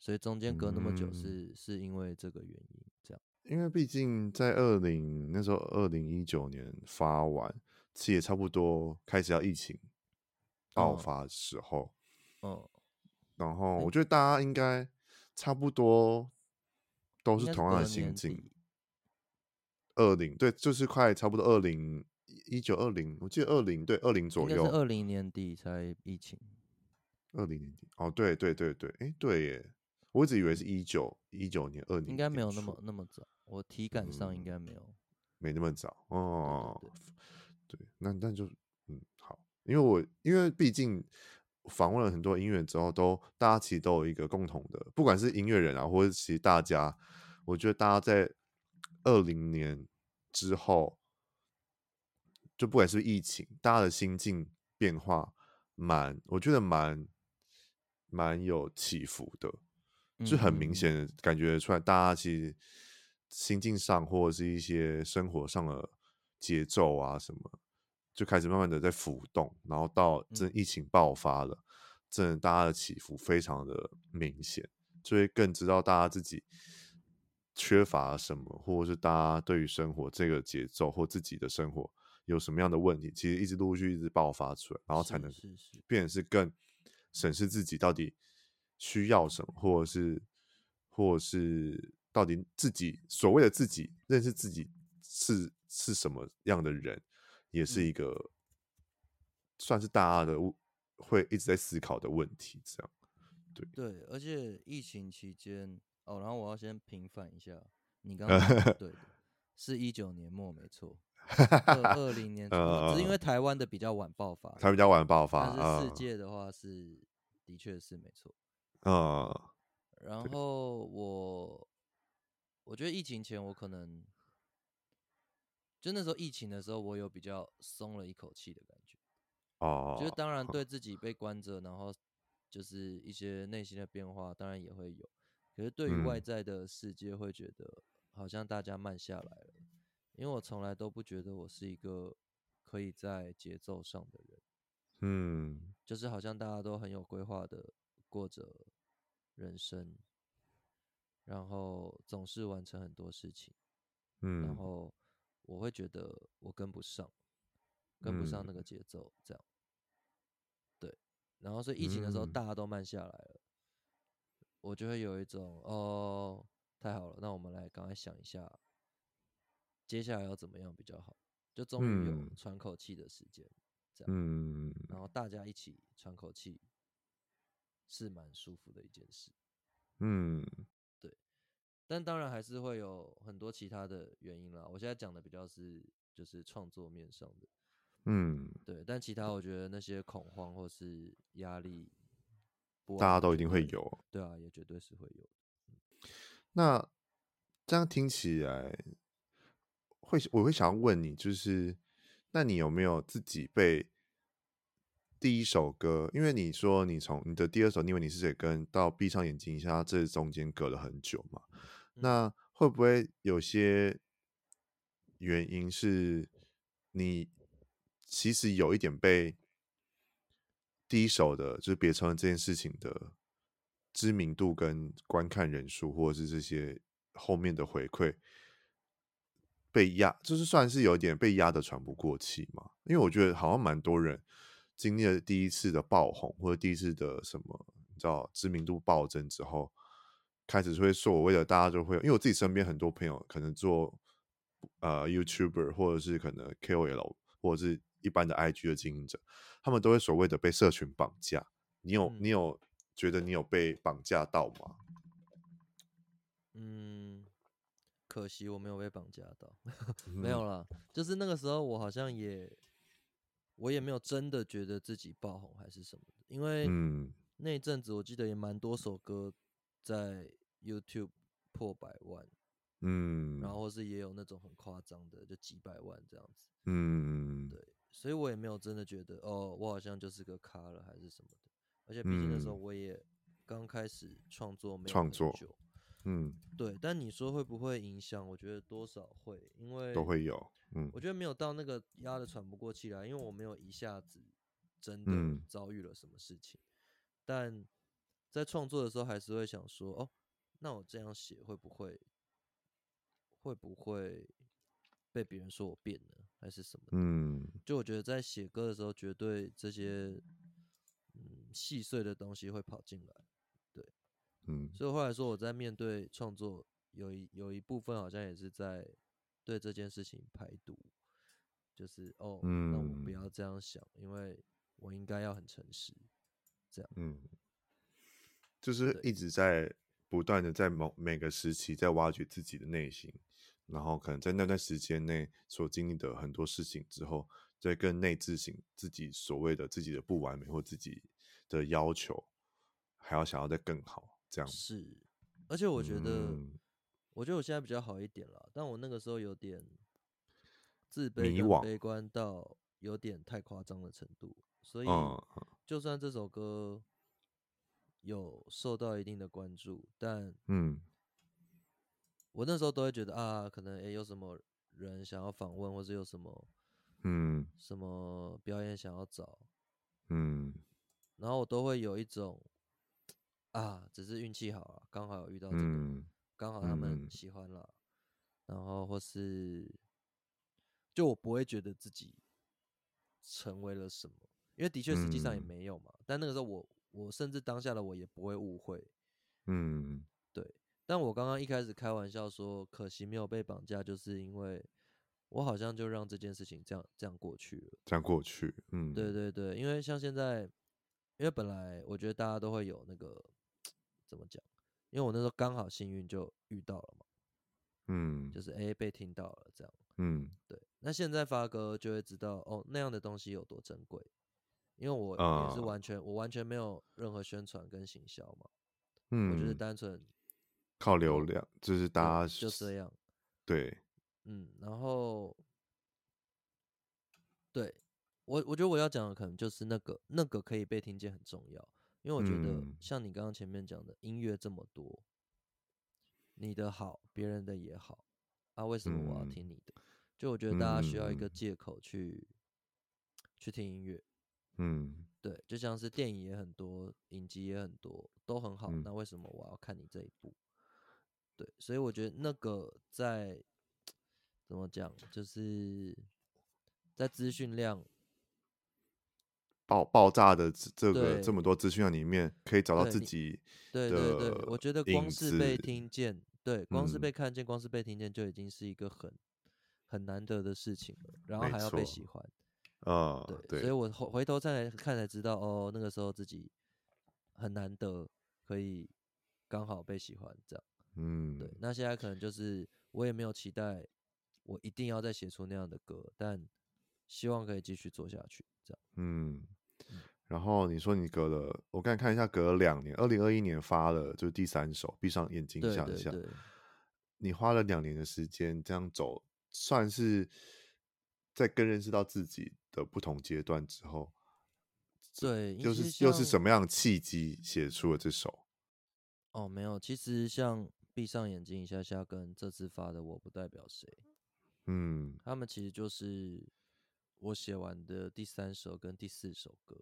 所以中间隔那么久
嗯
是、是因为这个原因，这样。
因为毕竟在二零那时候二零一九年发完，其实也差不多开始要疫情爆
嗯
发的时候，
嗯，
然后
诶
我觉得大家应该差不多都
应
是
该是
同样
隔
的心
年
境。
底，嗯
二零对，就是快差不多二零一九二零，我记得二零对二零
应
左
该是
右，
二零年底才疫情。
二零年底哦，对对对对，哎对耶，我一直以为是一九一九年二零
应该没
年
有那
初
么，那么早，我体感上
嗯
应该没有。
没那么早
对对
哦
对，。
对，那那就嗯好，因为我因为毕竟访问了很多音乐人之后都，大家其实都有一个共同的，不管是音乐人啊，或者其实大家，我觉得大家在二零年之后，就不管是不是疫情，大家的心境变化蛮，我觉得蛮蛮有起伏的，是
嗯
很
嗯
明
嗯
显的感觉出来，大家其实心境上或者是一些生活上的节奏啊什么，就开始慢慢的在浮动，然后到真
嗯
疫情爆发了，真的大家的起伏非常的明显，就会更知道大家自己缺乏什么，或者是大家对于生活这个节奏或自己的生活有什么样的问题，其实一直陆续一直爆发出来，然后才
是
能
是是
变成是更审视自己到底需要什么，或者是或者是到底自己所谓的自己认识自己是是什么样的人，也是
嗯
一个、算是大家的问会一直在思考的问题。这样，
对，而且疫情期间哦，然后我要先平反一下，你刚刚讲的对的，是一九年末没 错，二二零
嗯
年初末，只是因为台湾的比较晚爆发，
他们比较晚爆发
但是世
啊，
界的话是的确是没错。
嗯
然后我我觉得疫情前我可能就那时候疫情的时候，我有比较松了一口气的感觉。
哦，
就是当然对自己被关着，然后就是一些内心的变化，当然也会有。可是对于外
嗯
在的世界，会觉得好像大家慢下来了，因为我从来都不觉得我是一个可以在节奏上的人，
嗯
就是好像大家都很有规划的过着人生，然后总是完成很多事情，然
嗯
后我会觉得我跟不上，跟不上
嗯
那个节奏，这样。对，然后所以疫情的时候
嗯
大家都慢下来了，我就会有一种哦，太好了，那我们来赶快想一下，接下来要怎么样比较好，就终于有
嗯
喘口气的时间，
嗯，
然后大家一起喘口气，是蛮舒服的一件事。
嗯，
但当然还是会有很多其他的原因啦。我现在讲的比较是就是创作面上的，
嗯，
对，但其他我觉得那些恐慌或是压力，不
大
安
家都
绝
一定会
对，
有。
对啊，也绝对是会有的。
那这样听起来，会我会想要问你，就是那你有没有自己被第一首歌？因为你说你从你的第二首《你以为你是谁》跟到闭上眼睛一下，这中间隔了很久嘛？
嗯
那会不会有些原因是你其实有一点被第一手的，就是别承认这件事情的知名度跟观看人数，或者是这些后面的回馈被压，就是算是有一点被压的喘不过气嘛？因为我觉得好像蛮多人经历了第一次的爆红，或者第一次的什么，你知道知名度暴增之后，开始会所谓的大家就会，因为我自己身边很多朋友可能做呃 YouTuber 或者是可能 KOL 或者是一般的 IG 的经营者，他们都会所谓的被社群绑架。你有你
嗯
有觉得你有被绑架到吗？
嗯，可惜我没有被绑架到， 没
嗯
有啦。就是那个时候，我好像也，我也没有真的觉得自己爆红还是什么的，因为
嗯
那一阵子我记得也蛮多首歌在 YouTube 破百万，
嗯，
然后或是也有那种很夸张的，就几百万这样子。
嗯对
所以我也没有真的觉得哦，我好像就是个咖了还是什么的。而且毕竟那时候
嗯
我也刚开始创作没有
创
很
作
久，
嗯
对。但你说会不会影响？我觉得多少会，因为
都会有嗯
我觉得没有到那个压得喘不过气来，因为我没有一下子真的
嗯
遭遇了什么事情。但在创作的时候，还是会想说，哦，那我这样写会不会会不会被别人说我变了，还是什么的？
嗯
就我觉得在写歌的时候，绝对这些嗯细碎的东西会跑进来。
嗯
所以我后来说，我在面对创作有一有一部分好像也是在对这件事情排毒，就是哦，那我不
嗯
要这样想，因为我应该要很诚实。
嗯，就是
对
一直在不断的在某每个时期在挖掘自己的内心，然后可能在那段时间内所经历的很多事情之后，再更内自省自己所谓的自己的不完美或自己的要求，还要想要再更好这样子。
是，而且我觉得，
嗯
我觉得我现在比较好一点了，但我那个时候有点自卑
迷
跟
惘
悲观到有点太夸张的程度，所以
嗯
就算这首歌有受到一定的关注，但
嗯
我那时候都会觉得啊，可能诶、有什么人想要访问，或者有什么
嗯
什么表演想要找，
嗯
然后我都会有一种啊，只是运气好啊，刚好有遇到这个，
嗯
刚好他们
嗯
喜欢了，然后或是就我不会觉得自己成为了什么，因为的确实际上也
嗯
没有嘛。但那个时候我我甚至当下的我也不会误会，
嗯
但我刚刚一开始开玩笑说，可惜没有被绑架，就是因为我好像就让这件事情这样这样过去了。
这样过去，嗯，
对对对，因为像现在，因为本来我觉得大家都会有那个怎么讲，因为我那时候刚好幸运就遇到了嘛，
嗯
就是诶被听到了这样。
嗯
对，那现在发哥就会知道哦那样的东西有多珍贵，因为我也是
啊
完全、我完全没有任何宣传跟行销嘛，
嗯，
我就是单纯
靠流量，就是
对
大家
就这样。
对，
嗯，然后，对我，我觉得我要讲的可能就是那个那个可以被听见很重要，因为我觉得
嗯
像你刚刚前面讲的，音乐这么多，你的好，别人的也好，啊，为什么我要
嗯
听你的？就我觉得大家需要一个
嗯
借口去去听音乐，
嗯
对，就像是电影也很多，影集也很多，都很好，
嗯
那为什么我要看你这一部？对，所以我觉得那个在怎么讲，就是在资讯量，
爆爆炸的这这个
对
这么多资讯量里面，可以找到
对
自
你
己
对对对，我觉得
影
光是被
子
听见，对，光是
嗯
被看见，光是被听见就已经是一个很很难得的事情了，然后
没
还要被
错
喜欢，
啊，
对，所以
对，
我回回头再来看才知道，哦，那个时候自己很难得可以刚好被喜欢这样。
嗯，
对，那现在可能就是我也没有期待，我一定要再写出那样的歌，但希望可以继续做下去。这样，
嗯，然后你说你隔了，我刚才看一下，隔了两年，二零二一年发了就是第三首《闭上眼睛
对
想一
对
下》，
对
你花了两年的时间这样走，算是在更认识到自己的不同阶段之后，
对，
又是又是什
么？
么样的契机写出了这首？
哦，没有，其实像闭上眼睛一下下跟这次发的我不代表谁，
嗯
他们其实就是我写完的第三首跟第四首歌，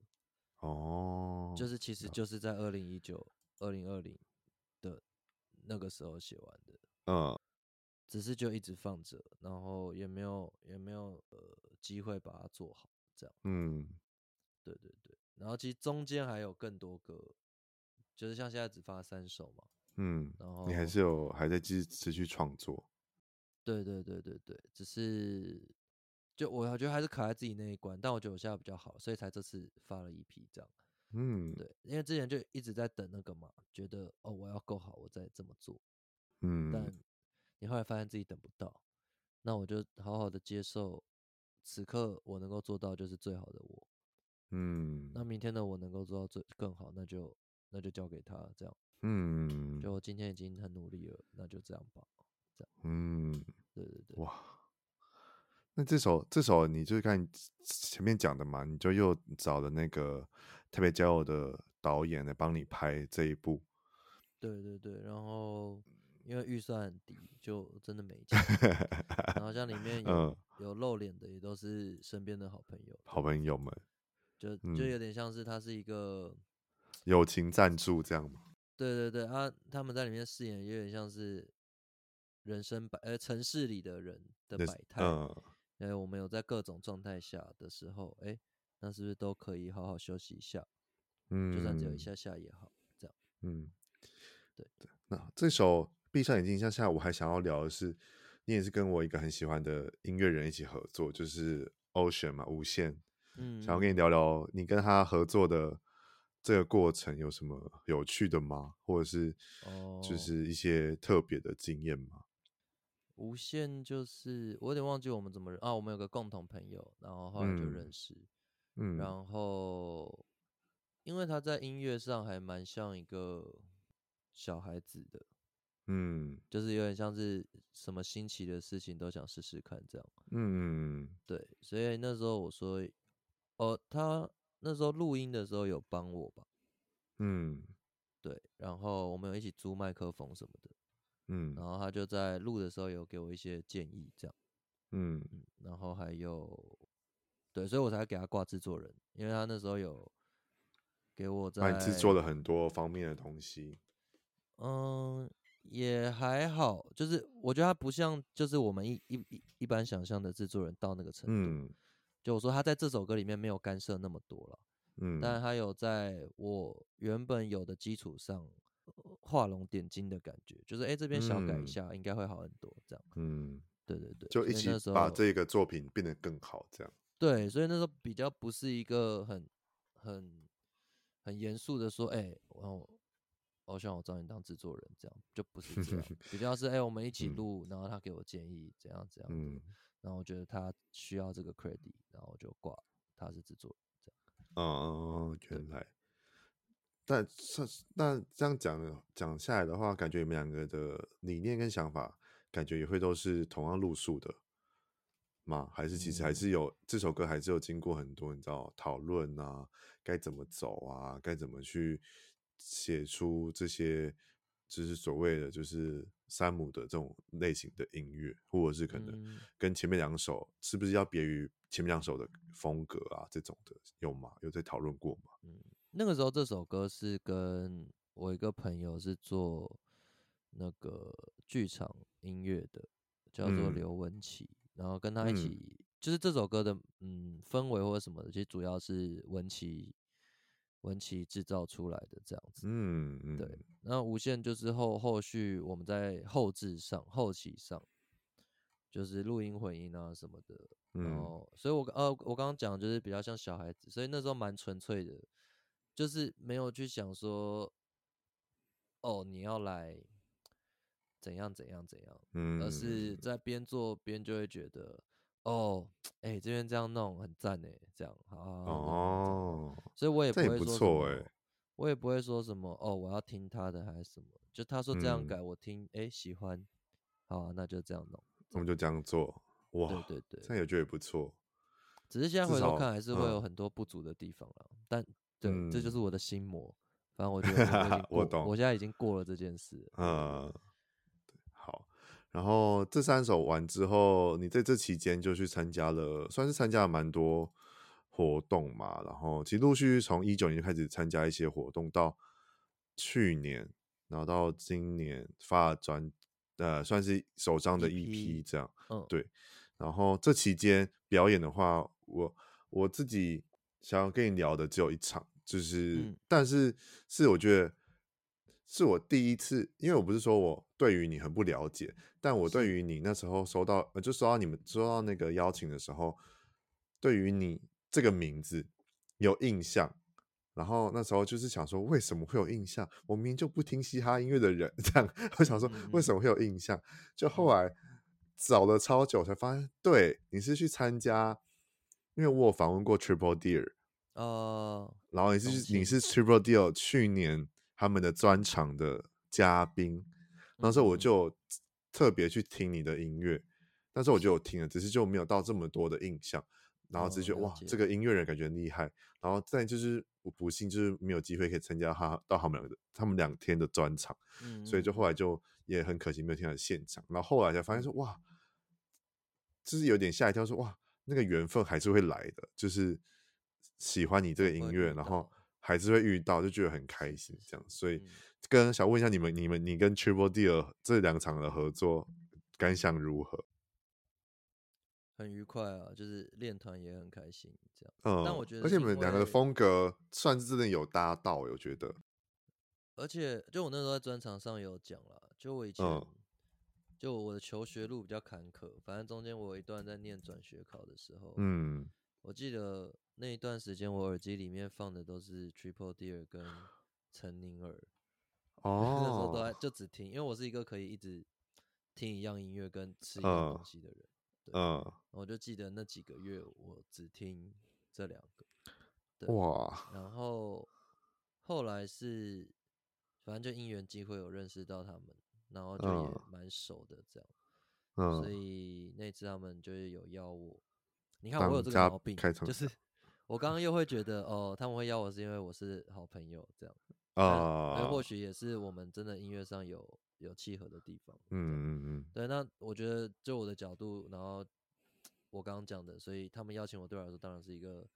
哦，
就是其实就是在二零一九、二零二零的那个时候写完的。
嗯
只是就一直放着，然后也没有也没有呃机会把它做好，这样。
嗯
对对对。然后其实中间还有更多歌，就是像现在只发三首嘛。
嗯，
然后
你还是有还在继持续创作，
对对对对对，只是就我觉得还是卡在自己那一关，但我觉得我现在比较好，所以才这次发了一批这样。
嗯
对，因为之前就一直在等那个嘛，觉得哦我要够好，我再这么做，但
嗯
你后来发现自己等不到，那我就好好的接受此刻我能够做到就是最好的我。
嗯
那明天的我能够做到最更好，那就那就交给他，这样
嗯
就我今天已经很努力了，那就这样吧。
嗯。
对对对，
哇，那这首这首你就是看你前面讲的嘛，你就又找了那个特别交友的导演来帮你拍这一部，
对对对。然后因为预算很低，就真的没钱。然后像 里面有、
嗯
有露脸的，也都是身边的好朋友，
好朋友们
就
嗯
就有点像是他是一个，
友情赞助这样嘛，
对对对啊，他们在里面饰演有点像是人生百呃城市里的人的
那
百
是
态。
嗯
哎，我们有在各种状态下的时候，哎、那是不是都可以好好休息一下？
嗯，
就算只有一下下也好。这样，
嗯，
对
那这首《闭上眼睛向下》，我还想要聊的是，你也是跟我一个很喜欢的音乐人一起合作，就是 Ocean 嘛，无限。
嗯，
想要跟你
嗯
聊聊你跟他合作的这个过程有什么有趣的吗？或者是
哦
就是一些特别的经验吗？
无限就是我有点忘记我们怎么认啊，我们有个共同朋友，然后后来就
嗯
认识，
嗯
然后因为他在音乐上还蛮像一个小孩子的，
嗯
就是有点像是什么新奇的事情都想试试看这样。
嗯
对，所以那时候我说，哦，他那时候录音的时候有帮我吧，
嗯
对，然后我们有一起租麦克风什么的，
嗯
然后他就在录的时候有给我一些建议这样。
嗯
嗯，然后还有，对，所以我才给他挂制作人，因为他那时候有给我在
那啊你是做了很多方面的东西，
嗯，也还好，就是我觉得他不像就是我们一一一一般想象的制作人到那个程度。
嗯
就我说他在这首歌里面没有干涉那么多了，
嗯，
但他有在我原本有的基础上呃画龙点睛的感觉，就是哎、诶这边小改一
嗯
下应该会好很多这样。
嗯，
对对对，
就
所
一
以
起
那时
把
候
这个作品变得更好，这样，
对，所以那时候比较不是一个很很很严肃的说，哎、我我我想我找你当制作人，这样就不是 这样，比较是哎、我们一起
嗯
录，然后他给我建议怎样怎样的，
嗯
然后我觉得他需要这个 credit，然后我就挂他是制作人这样。
哦，原来，但算是那这样讲的讲下来的话，感觉你们两个的理念跟想法，感觉也会都是同样路数的吗？还是其实还
嗯
是有、这首歌还是有经过很多你知道讨论啊，该怎么走啊，该怎么去写出这些就是所谓的就是山姆的这种类型的音乐，或者是可能
嗯
跟前面两首是不是要别于前面两首的风格啊这种的有吗？有在讨论过吗？
那个时候这首歌是跟我一个朋友是做那个剧场音乐的，叫做
嗯
刘文琪，然后跟他一
嗯
起，就是这首歌的嗯氛围或者什么的，其实主要是文琪文琪制造出来的这样子。
嗯嗯，
对那无线就是后后续我们在后置上、后期上，就是录音混音啊什么的。然
嗯
后，所以我呃，我刚刚讲就是比较像小孩子，所以那时候蛮纯粹的，就是没有去想说，哦，你要来怎样怎样怎样，
嗯，
而是在边做边就会觉得，哦，哎、这边这样弄很赞哎，这样好好好弄好这样弄
哦，
所以我也
这
不
也
会
不
说什
错
么，
欸
我也不会说什么哦，我要听他的还是什么，就他说这样
嗯
改，我听哎、诶喜欢，好、啊，那就这样弄。
我们哦就这样做，哇，
对对对，
这样也觉得也不错，
只是现在
至
回头
少
看还是会有
嗯
很多不足的地方了，但对，这就是
嗯
我的心魔。反正我觉得我我已经
我
过，
懂
我现在已经过了这件事了。对对
嗯，好。然后这三首完之后，你在这期间就去参加了，算是参加了蛮多活动嘛。然后其实陆续从一九年就开始参加一些活动，到去年，然后到今年发专，呃，算是首张的
EP
EP 这样。
嗯
对，然后这期间表演的话，我我自己想要跟你聊的只有一场，就是，
嗯
但是是我觉得是我第一次，因为我不是说我对于你很不了解，但我对
是
于你那时候收到，呃，就收到你们收到那个邀请的时候，对于你这个名字有印象。然后那时候就是想说，为什么会有印象？我明明就不听嘻哈音乐的人，这样我想说
嗯
为什
嗯
么会有印象？就后
嗯
来找了超久才发现，对，你是去参加，因为我有访问过 Triple Deer，
嗯，哦，
然后你是
荣
去你
幸，
是 Triple Deer 去年他们的专场的嘉宾，那
嗯
时
嗯
候我
嗯，
就特别去听你的音乐，但是我就有
是，
听了，只是就没有到这么多的印象，然后只
哦，
是觉得
了
哇，这
解，
个音乐人感觉很厉害，然后再就是我不幸就是没有机会可以参加他到他们两个他们两天的专场，所以
嗯
就
嗯
后
嗯
来就也很可惜没有听到现场，然后后来才发现
嗯，
说哇，就是有点吓一跳说哇，那个缘分还是会来的，就是喜欢你这
还
个
是
音
会
乐，
遇
然后
到，
还是会遇到，就觉得很开
是是
心这
是，
样。所以
嗯。
跟想问一下你们，你们你跟 Triple Deal 这两场的合作感想如何？
很愉快啊，就是练团也很开心这样。但我
嗯，
觉
而
得
且你
因
们两个的
为，
风格算是真的有搭到，我觉得，
而且就我那时候在专场上有讲啦，就我以前
嗯
就我的求学路比较坎坷，反正中间我有一段在念转学考的时候，
嗯，
我记得那一段时间我耳机里面放的都是 Triple Deer 跟陈宁儿，那时候都
哦，
在就只听，因为我是一个可以一直听一样音乐跟吃一样
嗯
东西的人，对，
嗯，
我就记得那几个月我只听这两个，对，
哇，
然后后来是，反正就因缘机会有认识到他们，然后就也
嗯
蛮熟的这样，所
嗯，
以那次他们就是有邀我。你看我有
当
这个
家
毛病，
开场
就
家
是我刚刚又会觉得哦，他们会邀我是因为我是好朋友这样，但哎、
啊，
或许也是我们真的音乐上有有契合的地方，对
嗯嗯
对。那我觉得就我的角度，然后我刚刚讲的，所以他们邀请我对我来说当然是一个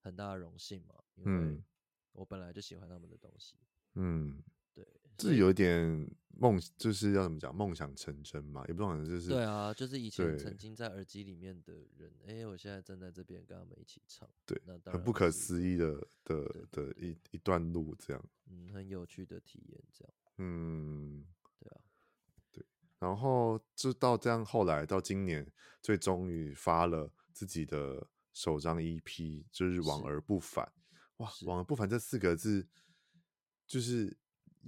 很大的荣幸嘛，因为
嗯
我本来就喜欢他们的东西。
嗯，
对，所
这
以
有一点梦，就是要怎么讲，梦想成真嘛，也不可能就是
对啊，就是以前
对
曾经在耳机里面的人，哎，我现在站在这边跟他们一起唱，
对
那当
很
然
不可
是
思议的的
对对
的一一段路这样。
嗯，很有趣的体验，这样
嗯，
对啊，
然后就到这样，后来到今年，最终于发了自己的首张 EP，就是《往
是
而不返》。哇，
是
《往而不返》这四个字，就是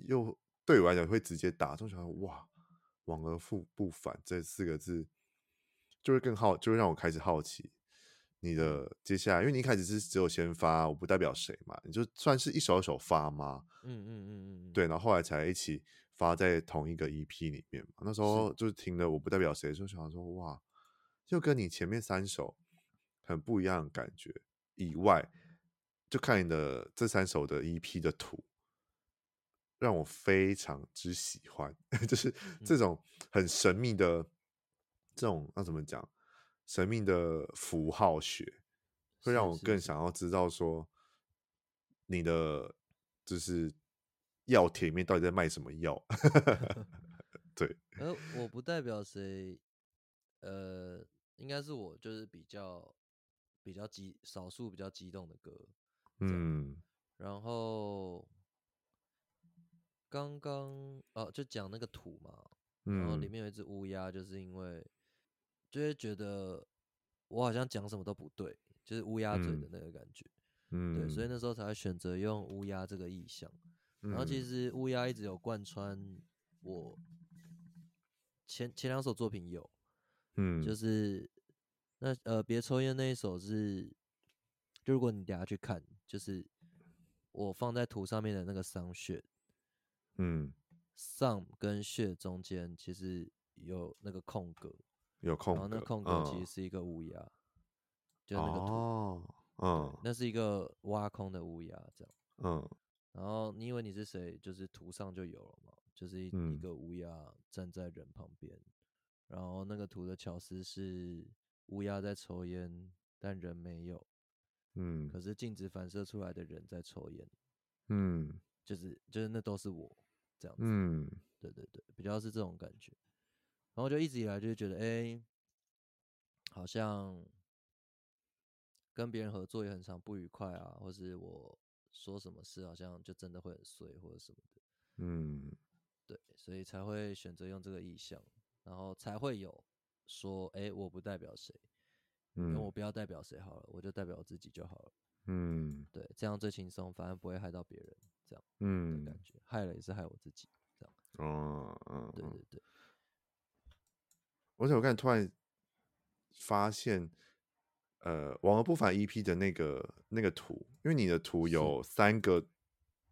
又对我来讲会直接打中，想到哇，“往而复不返”这四个字，就会更好，就会让我开始好奇你
嗯
的接下来，因为你一开始是只有先发，我不代表谁嘛，你就算是一首一首发吗？
嗯嗯嗯嗯嗯，
对，然后后来才一起发在同一个 EP 里面嘛。那时候就是听了我不代表谁，就想说哇，就跟你前面三首很不一样的感觉以外，就看你的这三首的 EP 的图，让我非常之喜欢， 就是这种很神秘的这种那怎么讲，神秘的符号学，会让
是
我
是
更
是
想要知道说你的就是药帖里面到底在卖什么药。对，
而呃我不代表谁，呃，应该是我就是比较比较激少数比较激动的歌，
嗯
然后刚刚哦就讲那个土嘛，然后里
嗯，
面有一只乌鸦，就是因为就会觉得我好像讲什么都不对，就是乌鸦嘴的
嗯
那个感觉，
嗯
对，所以那时候才会选择用乌鸦这个意象。然后其
嗯
实乌鸦一直有贯穿我前前两首作品有，
嗯
就是那呃别抽烟那一首是，就如果你等下去看，就是我放在图上面的那个桑穴
嗯
上跟穴中间其实有那个空格，
有空
然
格，
后那空格
嗯、
其实是一个乌鸦，就是那个图，
哦，嗯
那是一个挖空的乌鸦这样。
嗯
然后你以为你是谁，就是图上就有了嘛，就是一、一
嗯
个乌鸦站在人旁边，然后那个图的巧思是乌鸦在抽烟，但人没有，
嗯
可是镜子反射出来的人在抽烟，
嗯
就是就是那都是我这样子，
嗯
对对对，比较是这种感觉。然后就一直以来就是觉得，哎、好像跟别人合作也很常不愉快啊，或是我说什么事好像就真的会很碎或者什么的。
嗯
对，所以才会选择用这个意象，然后才会有说，哎、我不代表谁，因为我
嗯
不要代表谁好了，我就代表我自己就好了。
嗯
对，这样最轻松，反正不会害到别人，这样的
嗯
感觉，害了也是害我自己。
哦嗯
对
嗯
对对，
而且我刚才突然发现，呃，往而不返 EP 的那个那个图，因为你的图
是
有三个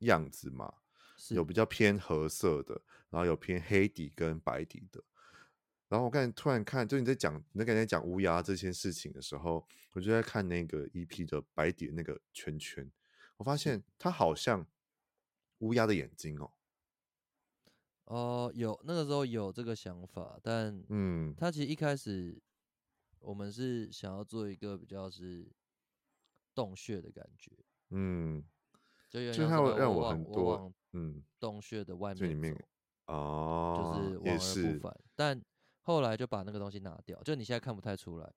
样子嘛，
是
有比较偏褐色的，然后有偏黑底跟白底的。然后我刚才突然看，就你在讲你在刚才讲乌鸦这件事情的时候，我就在看那个 EP 的白底的那个圈圈，我发现它好像乌鸦的眼睛哦，
哦、有那个时候有这个想法，但
嗯
他其实一开始我们是想要做一个比较是洞穴的感觉，
嗯，
就有点
就
像
它
是
会
呃
让
我
我
往
很
我
多
往
嗯
洞穴的外
这里面
走。
哦，
就是往
也
而
是
不，返。但后来就把那个东西拿掉，就你现在看不太出来。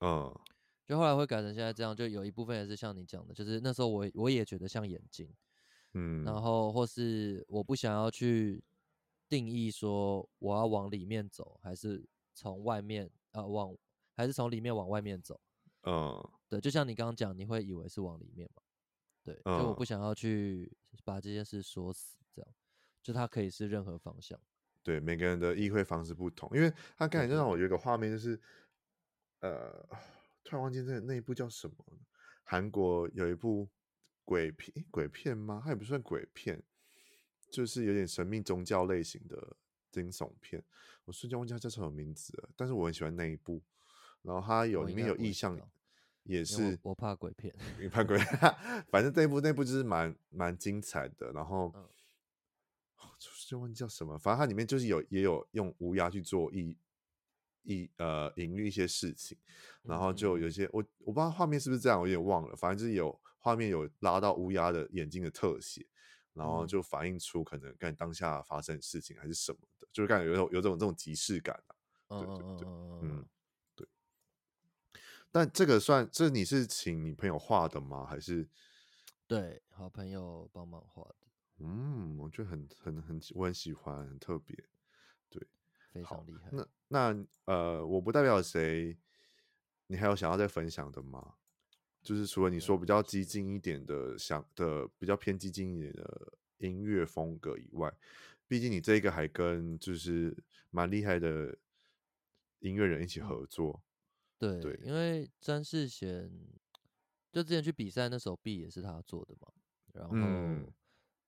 嗯
就后来会改成现在这样，就有一部分也是像你讲的，就是那时候我也我也觉得像眼睛，
嗯，
然后或是我不想要去定义说我要往里面走，还是从外面呃往，还是从里面往外面走。
嗯
对，就像你刚刚讲，你会以为是往里面嘛？对，所以我不
嗯
想要去把这件事说死，这样，就它可以是任何方向。
对，每个人的意会方式不同，因为他
对
刚才就
对
让我
对
有一个画面，就是呃，突然忘记那那一部叫什么了，韩国有一部鬼片，诶鬼片吗？它也不算鬼片，就是有点神秘宗教类型的惊悚片。我瞬间忘记它叫什么名字了，但是我很喜欢那一部。然后它有
我
里
应
面
该
有
不会
意
知
象
道，
也
因为
是
我我怕鬼片。
你怕鬼， 反正那一部那一部就是蛮蛮精彩的。然后哦
嗯
就是忘记叫什么，反正它里面就是有也有用乌鸦去做一一呃隐喻一些事情，然
嗯
后
嗯
就有
嗯
些我我不知道画面是不是这样，我有点忘了，反正就是有画面有拉到乌鸦的眼睛的特写，然
嗯
后就反映出可能干当下发生的事情还是什么的，就是感觉有种有种这种即视感啊。
嗯嗯
对
嗯
嗯
嗯，
对。但这个算这你是请你朋友画的吗？还是
对，好朋友帮忙画的，
嗯，我觉得很很很喜我很喜欢，很特别。
非
好
常厉害。
那那呃，我不代表谁，你还有想要再分享的吗？就是除了你说比较激进一点的想的，比较偏激进一点的音乐风格以外，毕竟你这个还跟就是蛮厉害的音乐人一起合作，
对，
对
因为詹世贤就之前去比赛那首 B 也是他做的嘛，然后、
嗯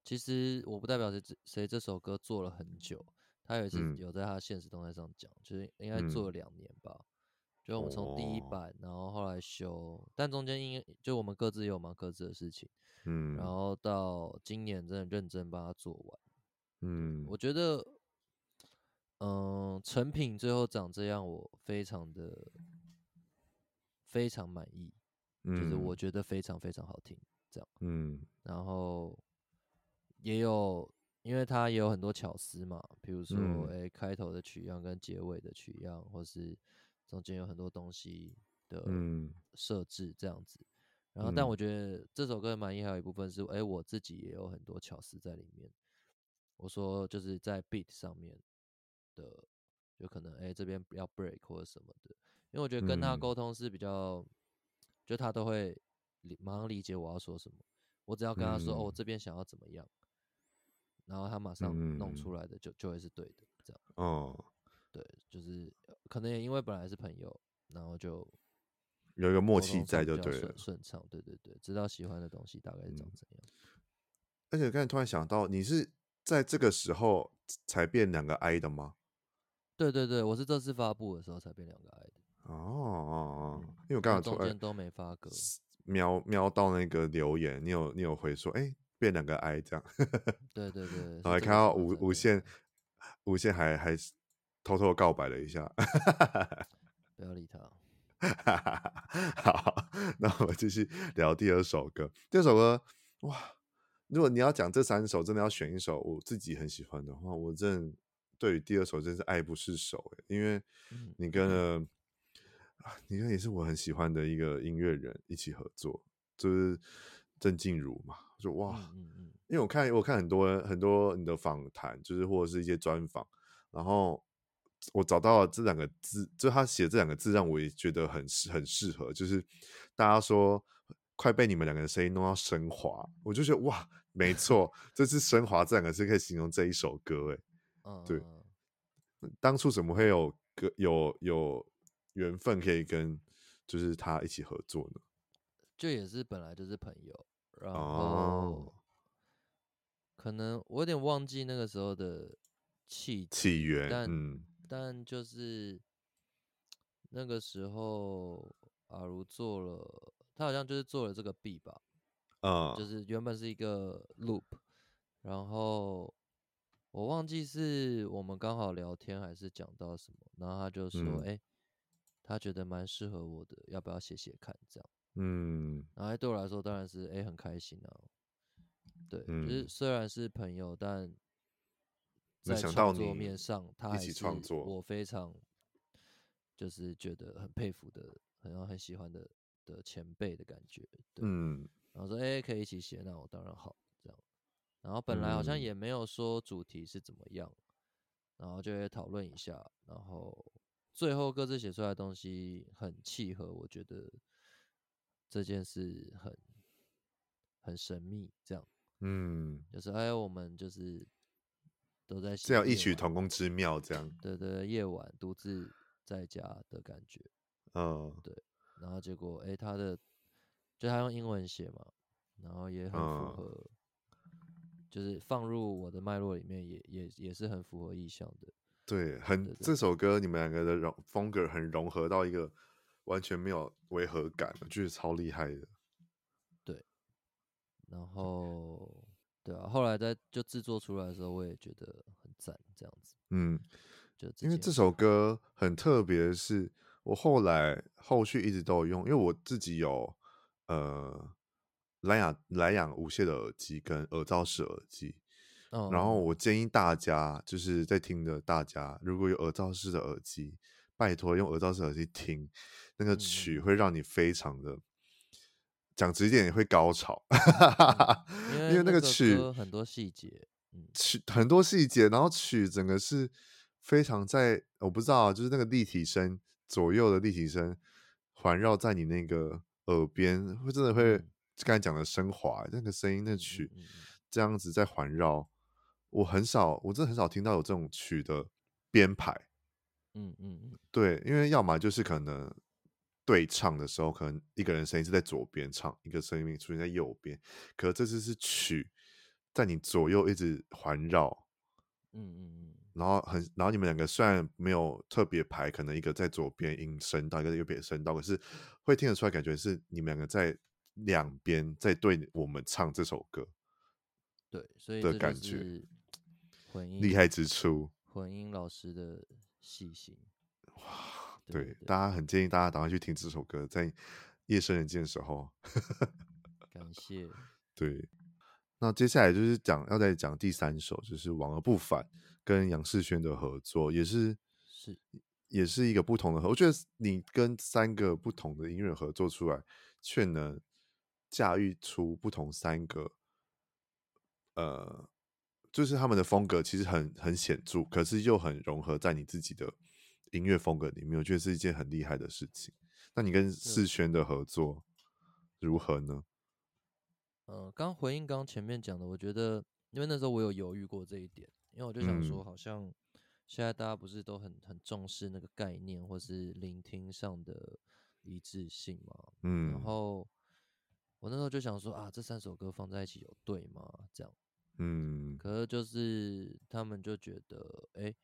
其实我不代表谁这谁这首歌做了很久，他也是
嗯
有在他的现实动态上讲，就是应该做了两年吧。就我们从第一
哦
版，然后后来修，但中间因就我们各自也有忙各自的事情，
嗯，
然后到今年真的认真帮他做完。
嗯，
我觉得，嗯，成品最后长这样，我非常的非常满意，就是我
嗯
觉得非常非常好听，这样。
嗯
然后也有，因为它也有很多巧思嘛，比如说，
嗯
诶开头的取样跟结尾的取样，或是中间有很多东西的
嗯
设置这样子。然后，但
嗯
我觉得这首歌的满意还有一部分是，诶，我自己也有很多巧思在里面。我说就是在 beat 上面的，有可能诶这边要 break 或者什么的，因为我觉得跟他
嗯
沟通是比较，就他都会理马上理解我要说什么。我只要跟他说、哦，我
嗯
这边想要怎么样，然后他马上弄
嗯
出来的就就会是对的，这样
哦，
对，就是呃可能也因为本来是朋友，然后就
有一个
沟
默契
通上
在
比
就
较
对了
顺。顺畅，对对对，知道喜欢的东西大概是长
嗯
怎样。
而且我刚才突然想到，你是在这个时候才变两个 I 的吗？
对对对，我是这次发布的时候才变两个 I 的，
哦哦哦，
嗯
因为我
因
刚
为
才突
中间
然
都没发歌，
瞄瞄到那个留言，你有你有回说，哎、变两个 I 这样，
对对对，是
然后还
这
看
个时
到
候
无
才
无
变
限
I
无限还还是偷偷告白了一下，
不要理他。嗯
好，那我们继续聊第二首歌。这首歌哇，如果你要讲这三首，真的要选一首我自己很喜欢的话，我真的对于第二首真是爱不释手欸因为
嗯
你跟了、啊你跟也是我很喜欢的一个音乐人一起合作，就是郑静茹嘛，就哇。
嗯嗯嗯，
因为我看我看很多人很多你的访谈，就是或者是一些专访，然后我找到了这两个字，就他写这两个字让我也觉得很适很适合，就是大家说快被你们两个的声音弄到升华，我就觉得哇，没错，这是升华这两个字可以形容这一首歌，哎，
嗯
对
嗯
当初怎么会有个有有缘分可以跟就是他一起合作呢？
就也是本来就是朋友，然
哦
后可能我有点忘记那个时候的契机，
起源，
但
嗯
但就是那个时候阿如做了，他好像就是做了这个 B 吧，
啊，
就是原本是一个 loop，然后我忘记是我们刚好聊天还是讲到什么，然后他就说，
嗯
哎、他觉得蛮适合我的，要不要写写看这样。
嗯
然后对我来说当然是诶很开心啊，对，就是
嗯
虽然是朋友，但在
没想
创
到
作
你
面上，他
一
还
起
是
创作
我非常就是觉得很佩服的，很让很喜欢的的前辈的感觉，对。
嗯
然后说诶可以一起写，那我当然好这样。然后本来好像
嗯
也没有说主题是怎么样，然后就会讨论一下，然后最后各自写出来的东西很契合，我觉得这件事很很神秘，这样
嗯，
就是哎，我们就是都在
这
写
样异
夜
曲
晚
同工之妙，这样，
对对夜晚独自在家的感觉，
嗯
然后结果哎，他的就他用英文写嘛，然后也很符
嗯
合，就是放入我的脉络里面也，也也是很符合意象的。
对，很
对对
这首歌你们两个的融风格很融合到一个完全没有违和感，我觉得超厉害的。
然后对啊，后来在就制作出来的时候，我也觉得很赞，这样子
嗯，
就自
因为
己
这
很
首歌很特别，是我后来后续一直都有用，因为我自己有呃蓝牙蓝牙无线的耳机跟耳罩式耳机。
嗯，
然后我建议大家，就是在听的大家，如果有耳罩式的耳机，拜托用耳罩式耳机听，那个
嗯
曲会让你非常的，讲直接点会高潮，
嗯因
因为那
个
个曲
歌很多细节，嗯
曲很多细节，然后曲整个是非常在，我不知道啊，就是那个立体声左右的立体声环绕在你那个耳边，会真的会
嗯
刚才讲的升华，那个声音那
嗯
曲
嗯嗯嗯
这样子在环绕，我很少，我真的很少听到有这种曲的编排。
嗯嗯嗯，
对，因为要么就是可能对唱的时候，可能一个人声音是在左边唱，一个声音出现在右边，可这次是曲在你左右一直环绕，
嗯嗯嗯，
然后很，然后你们两个虽然没有特别排，可能一个在左边音声道，一个在右边声道，可是会听得出来，感觉是你们两个在两边在对我们唱这首歌，
对，所以这
的
就
感觉
是混音
厉害之处。
混音老师的细心，哇，
对，
对，
大家很建议大家赶快去听这首歌，在夜深人静的时候。
感谢，
对，那接下来就是讲要再讲第三首，就是《往而不返》跟杨世轩的合作，也是
是
也是一个不同的合。我觉得你跟三个不同的音乐人合作出来，却能驾驭出不同三个，呃，就是他们的风格其实很很显著，可是又很融合在你自己的音乐风格里面，我觉得是一件很厉害的事情。那你跟世轩的合作如何呢？
呃，刚回应刚前面讲的，我觉得因为那时候我有犹豫过这一点，因为我就想说，
嗯
好像现在大家不是都很很重视那个概念或是聆听上的一致性嘛，
嗯，
然后我那时候就想说啊，这三首歌放在一起有对吗？这样，
嗯
可是就是他们就觉得，哎、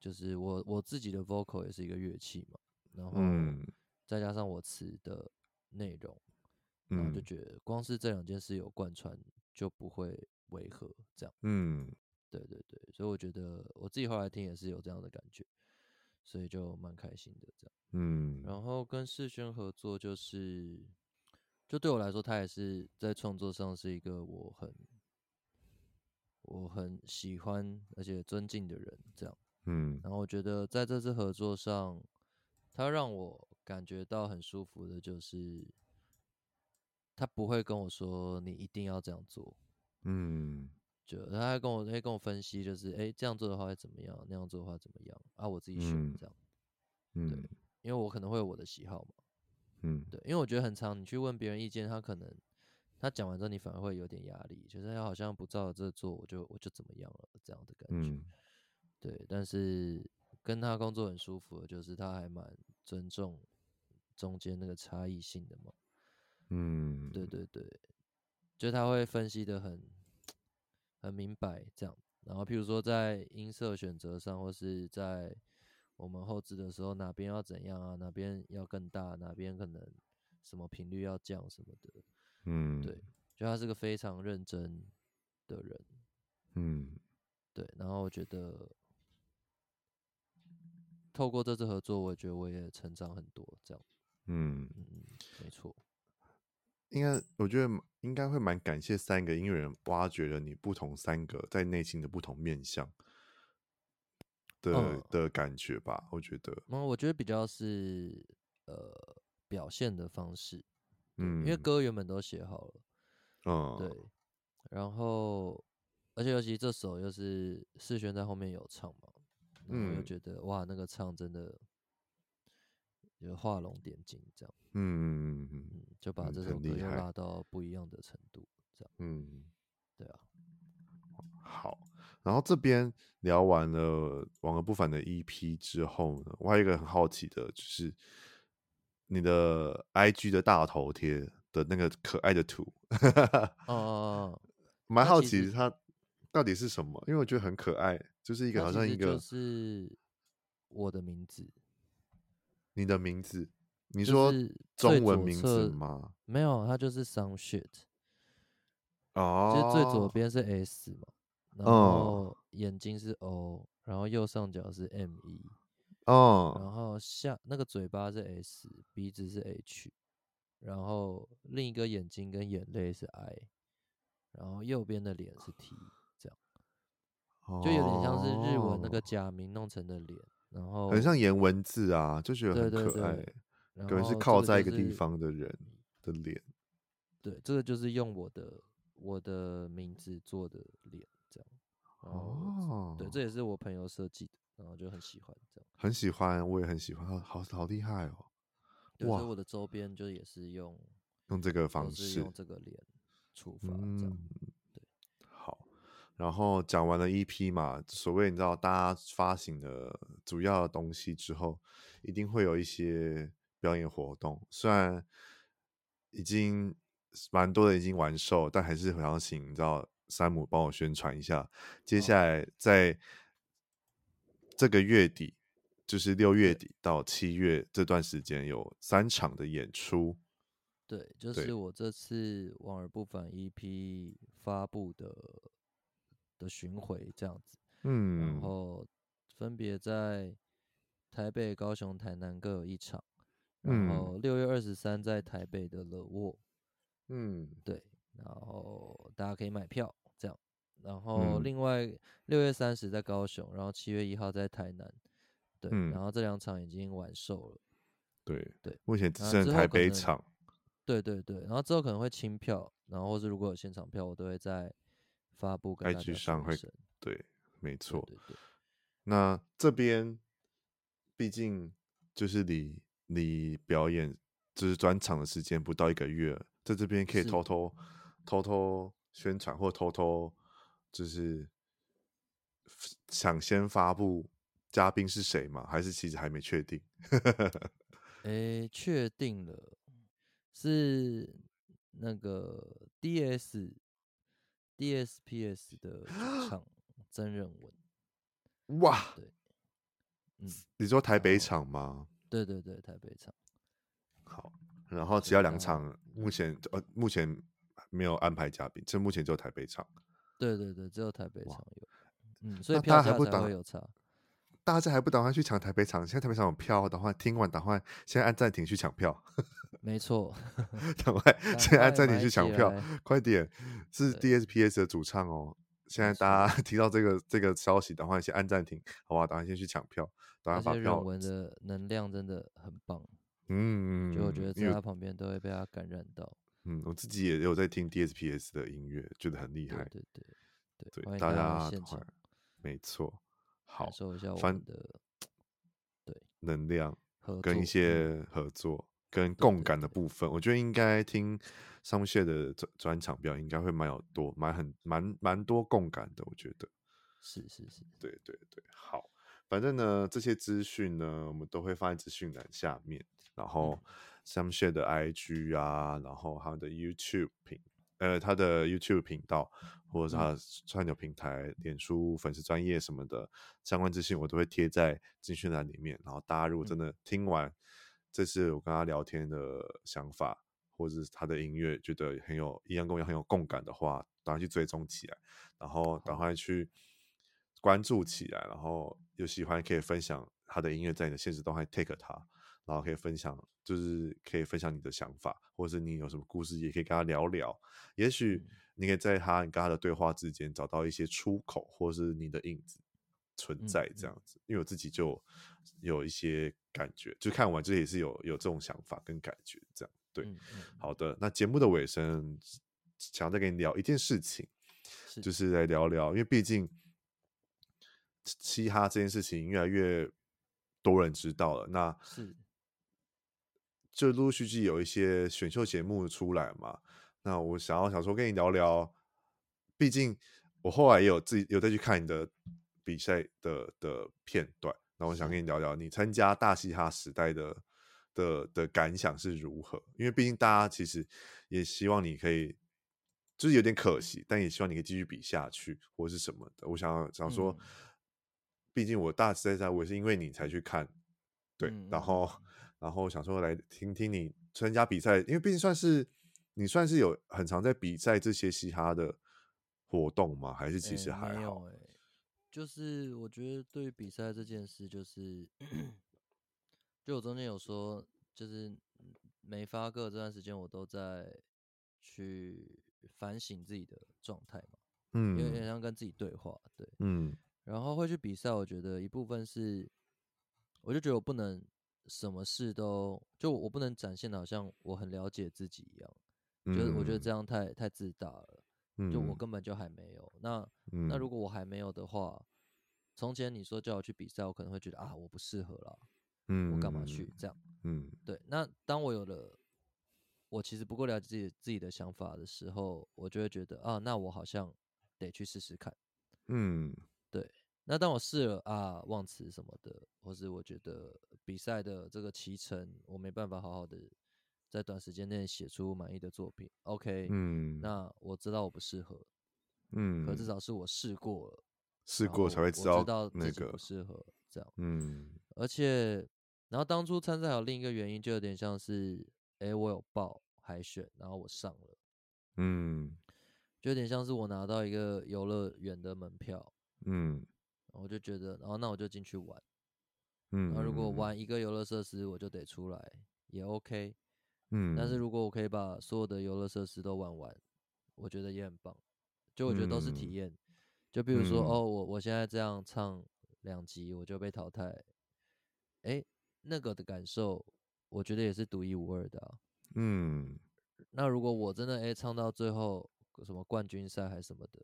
就是我我自己的 vocal 也是一个乐器嘛，然后
嗯
再加上我词的内容，然后就
嗯
觉得光是这两件事有贯穿就不会违和，这样，
嗯
对对对，所以我觉得我自己后来听也是有这样的感觉，所以就蛮开心的这样。
嗯
然后跟世轩合作，就是就对我来说，他也是在创作上是一个我很我很喜欢而且尊敬的人，这样。
嗯
然后我觉得在这次合作上，他让我感觉到很舒服的，就是他不会跟我说你一定要这样做，
嗯
就他还跟我会跟我分析，就是诶这样做的话会怎么样，那样做的话怎么样啊，我自己选
嗯
这样，
嗯
因为我可能会有我的喜好嘛。
嗯
对，因为我觉得很长，你去问别人意见，他可能他讲完之后，你反而会有点压力，就是他好像不照着这做，我就我就怎么样了这样的感觉。
嗯
对，但是跟他工作很舒服的，就是他还蛮尊重中间那个差异性的嘛。
嗯，
对对对，就他会分析的很很明白这样。然后譬如说在音色选择上，或是在我们后置的时候，哪边要怎样啊，哪边要更大，哪边可能什么频率要降什么的，
嗯
对就他是个非常认真的人，
嗯
对。然后我觉得透过这次合作，我觉得我也成长很多，这样，
嗯，
嗯嗯，没错，
应该我觉得蛮应该会蛮感谢三个音乐人挖掘了你不同三个在内心的不同面向的、
嗯
的感觉吧，我觉得，
然后我觉得比较是呃表现的方式，对
嗯，
因为，歌原本都写好了，
嗯，
对，，然后而且尤其这首又是世轩在后面有唱嘛，然后又
嗯
觉得、哇那个唱真的有画龙点睛，这样，
嗯嗯嗯
嗯，就把
嗯
这
很
首歌
厉
又
害
拉到不一样的程度，这样，
嗯嗯。
对啊，
好，然后这边聊完了《往而不返》的 EP 之后呢，我还有一个很好奇的，就是你的 IG 的大头贴的那个可爱的图，
哦哦哦，
蛮
它
好
其实
奇它到底是什么，因为我觉得很可爱，就是一
一
个好像一个
就是我的名字，
你的名字，你
就
说
是最
中文
左
名字
侧
吗？
没有，它就是 some shit。就
哦，
是最左边是 S 嘛，然
嗯
后眼睛是 O，然后右上角是 M E，一，
哦，
然后下那个嘴巴是 S，鼻子是 H，然后另一个眼睛跟眼泪是 I，然后右边的脸是 T，这样就有点像是日文那个
哦
假名弄成的脸，然后
很像颜文字啊，就觉得
对对
很可
对
爱，
然
可能是
后这
靠
个
在一
就
个地
是
方的人的脸。
对，这个就是用我的我的名字做的脸这样，然后
哦，
对，这也是我朋友设计的，然后就很喜欢这样。
很喜欢，我也很喜欢，好好好厉害哦，
对，所以
哇
我的周边就是也是用
用这个
都
方
是
式
用，这个脸出发这样。
嗯，好。然后讲完了 EP 嘛，所谓你知道大家发行的主要的东西之后，一定会有一些表演活动，虽然已经蛮多的已经完售，但还是很想请你知道山姆帮我宣传一下，接
哦
下来在这个月底，就是六月底到七月这段时间有三场的演出，
对，就
对
是我这次《往而不返》EP 发布的的巡回这样子，然
嗯，
后分别在台北、高雄、台南各有一场，然
嗯
后六月二十三在台北的乐沃，
嗯，
对，然后大家可以买票这样。然后
嗯
另外六月三十在高雄，然后七月一号在台南，对，
嗯
然后这两场已经完售了，
对
对，
目前只
那
剩
之后
台
可
北
能
场，
对对对，然后之后可能会清票，然后或是如果有现场票，我都会在发布跟大
IG
家
上
说
会
一声
对，没
对
错。
对对，
那这边毕竟就是离离表演就是专场的时间不到一个月，在这边可以
是
偷偷偷偷宣传或偷偷就是想先发布嘉宾是谁吗？还是其实还没确定？
诶，确定了，是那个 DS DSPS 的 主唱曾仁文，
哇，
嗯，
你说台北
哦
场吗？
对对对，台北场，
好，然后其
所以
他两
大家
场目前呃目前没有安排嘉宾，这目前只有台北场。
对对对，只有台北
哇
场有，嗯，所以
那
票
大家还
价
不
才
打
会有差，
大家还不赶快去抢台北场？现在台北场有票，赶快听完，赶快现在按暂停去抢票，
没错，
赶快
赶
现在
快
按暂停
买
去抢
起
票
来，
快点！是
对
DSPS 的主唱哦。现在
没
大家 听到这个这个消息，赶快先按暂停，好吧？赶快先去抢票，赶
而
快把
且
票
人。文的能量真的很棒，
嗯，
就我觉得
因
在
为
他旁边都会被他感染到，
嗯，我自己也有在听 DSPS 的音乐，觉得很厉
对
害。
对对对，欢
对，
迎
大
大家
家
来
赶
现
快
场，
没错。好
感，受一下我
反
们的
能量
合
跟
作
一
嗯
些合作跟
对
共
对
感的部分，我觉得应该听上蟹的专专场表演，应该会蛮有多蛮很蛮蛮多共感的，我觉得。
是是是，
对对对，好，反正呢，这些资讯呢，我们都会放在资讯栏下面，然后 Sam s h a 的 IG 啊，然后他的 YouTube 频，呃，他的 YouTube 频道或者是他的串流平台、脸书粉丝专业什么的相关资讯，我都会贴在资讯栏里面。然后大家如果真的听完这次我跟他聊天的想法，或者是他的音乐，觉得很有一样跟我一样很有共感的话，赶快去追踪起来。然后赶快去关注起来，然后有喜欢可以分享他的音乐在你的现实动态 take 他，然后可以分享，就是可以分享你的想法，或者是你有什么故事也可以跟他聊聊。也许
嗯
你可以在他你跟他的对话之间找到一些出口，或是你的影子存
嗯
在
嗯
这样子。因为我自己就有一些感觉，就看完这也是有有这种想法跟感觉这样。对，
嗯嗯，
好的，那节目的尾声，想要再跟你聊一件事情，
是
就是来聊聊，因为毕竟嘻嘻哈这件事情越来越多人知道了，那
是
就陆陆续续有一些选秀节目出来嘛，那我想要想说跟你聊聊，毕竟我后来也有自己有再去看你的比赛的的片段，那我想
是
跟你聊聊你参加大嘻哈时代的的的感想是如何，因为毕竟大家其实也希望你可以。就是有点可惜，但也希望你可以继续比下去，或是什么的。我想要想说
嗯，
毕竟我大时代赛，我也是因为你才去看，对，
嗯
然
嗯
后然后想说来听听你参加比赛，因为毕竟算是你算是有很常在比赛这些嘻哈的活动吗？还是其
诶
实还
没
好？
有哎、就是我觉得对于比赛这件事，就是就我中间有说，就是没发歌这段时间，我都在去反省自己的状态嘛，有点
嗯
像跟自己对话，对。
嗯
然后会去比赛，我觉得一部分是，我就觉得我不能什么事都，就我不能展现的好像我很了解自己一样，
嗯，
就是我觉得这样太太自大了，
样
就我根本就还没有。那
嗯
那如果我还没有的话，从前你说叫我去比赛，我可能会觉得啊我不适合啦，
嗯
我干嘛去这样？
嗯
对，那当我有了我其实不够了解自己自己的想法的时候，我就会觉得啊，那我好像得去试试看。
嗯
那当我试了啊忘词什么的，或是我觉得比赛的这个骑程我没办法好好的在短时间内写出满意的作品，OK，、
嗯
那我知道我不适合，
嗯，
可至少是我试过了，
试
然
过
后
才会
我
知
知
道
自
那
己
个
不适合这样。
嗯
而且，然后当初参赛还有另一个原因，就有点像是，诶，我有报海选，然后我上了，
嗯
就有点像是我拿到一个游乐园的门票，
嗯
然后我就觉得，然后那我就进去玩。
嗯，
那如果
嗯，
玩一个游乐设施，我就得出来，也 OK。
嗯，
但是如果我可以把所有的游乐设施都玩完，我觉得也很棒。就我觉得都是
嗯
体验。就比如说，
嗯
哦，我我现在这样唱两集，我就被淘汰，诶，那个的感受，我觉得也是独一无二的、啊。
嗯
那如果我真的诶唱到最后什么冠军赛还是什么的，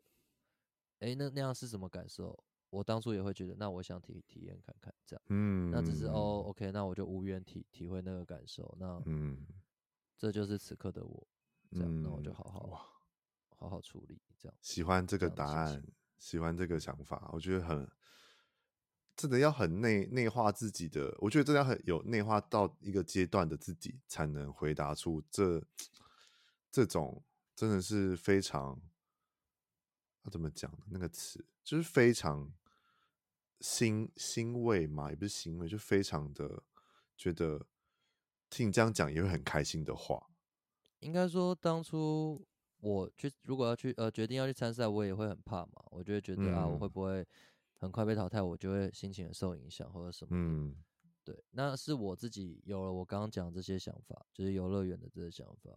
诶，那那样是什么感受？我当初也会觉得，那我想体体验看看这样。
嗯，
那只是哦，OK，那我就无缘体体会那个感受，那
嗯，
这就是此刻的我，这样，那我就
嗯
好好好好处理，这样，
喜欢这个
这样的
答
心
案
情，
喜欢这个想法，我觉得很真的要很内内化自己的，我觉得真的要很有内化到一个阶段的自己，才能回答出这这种真的是非常要怎么讲呢那个词，就是非常欣欣慰嘛，也不是欣慰，就非常的觉得听你这样讲也会很开心的话，
应该说当初我去，如果要去呃决定要去参赛，我也会很怕嘛，我就会觉得啊，我会
嗯
不会很快被淘汰，我就会心情很受影响或者什么的，
嗯
对，那是我自己有了我刚刚讲这些想法，就是游乐园的这些想法，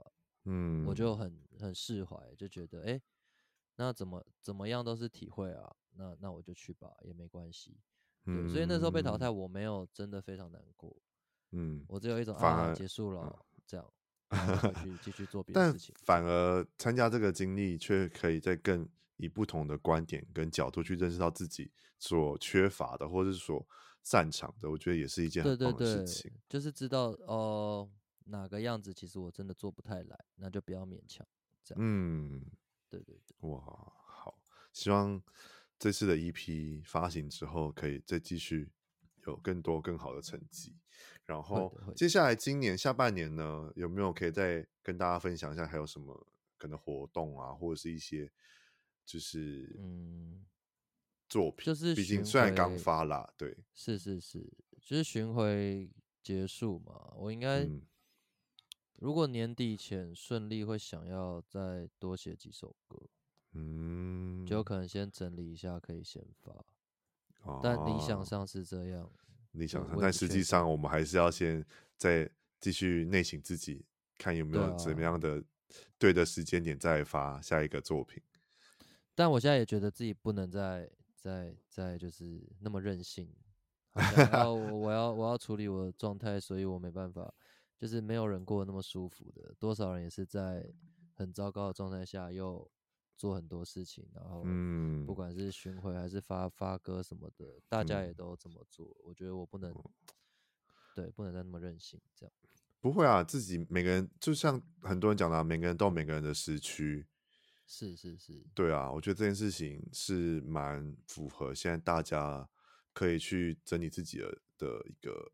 嗯，
我就很很释怀，就觉得哎、诶那怎么怎么样都是体会啊，那那我就去吧，也没关系。
嗯
对，所以那时候被淘汰，我没有真的非常难过，
嗯，嗯
我只有一种
反
啊
而嗯
结束了、这 样，然后再回去继续做别的
但
事情。
反而参加这个经历，却可以再更以不同的观点跟角度去认识到自己所缺乏的，或是所擅长的。我觉得也是一件
对
很
对
棒的事
对
情。，
就是知道哦、哪个样子其实我真的做不太来，那就不要勉强。
嗯，
对对对，
哇，好，希望这次的 EP 发行之后，可以再继续有更多更好的成绩。然
会的
后
会的。
接下来今年下半年呢，有没有可以再跟大家分享一下，还有什么可能活动啊，或者是一些就是
嗯，
作品？
就是
毕竟
巡
虽然刚
回，
发啦，对，
是是是，就是巡回结束嘛。我应该
嗯
如果年底前顺利，会想要再多写几首歌，就有
嗯，
可能先整理一下，可以先发。但理想
哦，
上是这样，
理
就
想上，
我也
但
不
实
确
际
定。
上我们还是要先再继续内省自己，看有没
对
有怎么
啊，
样的对的时间点再发下一个作品。
但我现在也觉得自己不能再再再就是那么任性，好像啊，我我要我要处理我的状态，所以我没办法，就是没有人过得那么舒服的，多少人也是在很糟糕的状态下又做很多事情，然后不
嗯
管是巡回还是发发歌什么的，大家也
嗯，哦
都这么做，我觉得我不能，对，不能再那么任性，这样，
不会啊，自己每个人就像很多人讲的啊、每个人都有每个人的时区。
是是是，
对啊，我觉得这件事情是蛮符合现在大家可以去整理自己的的一个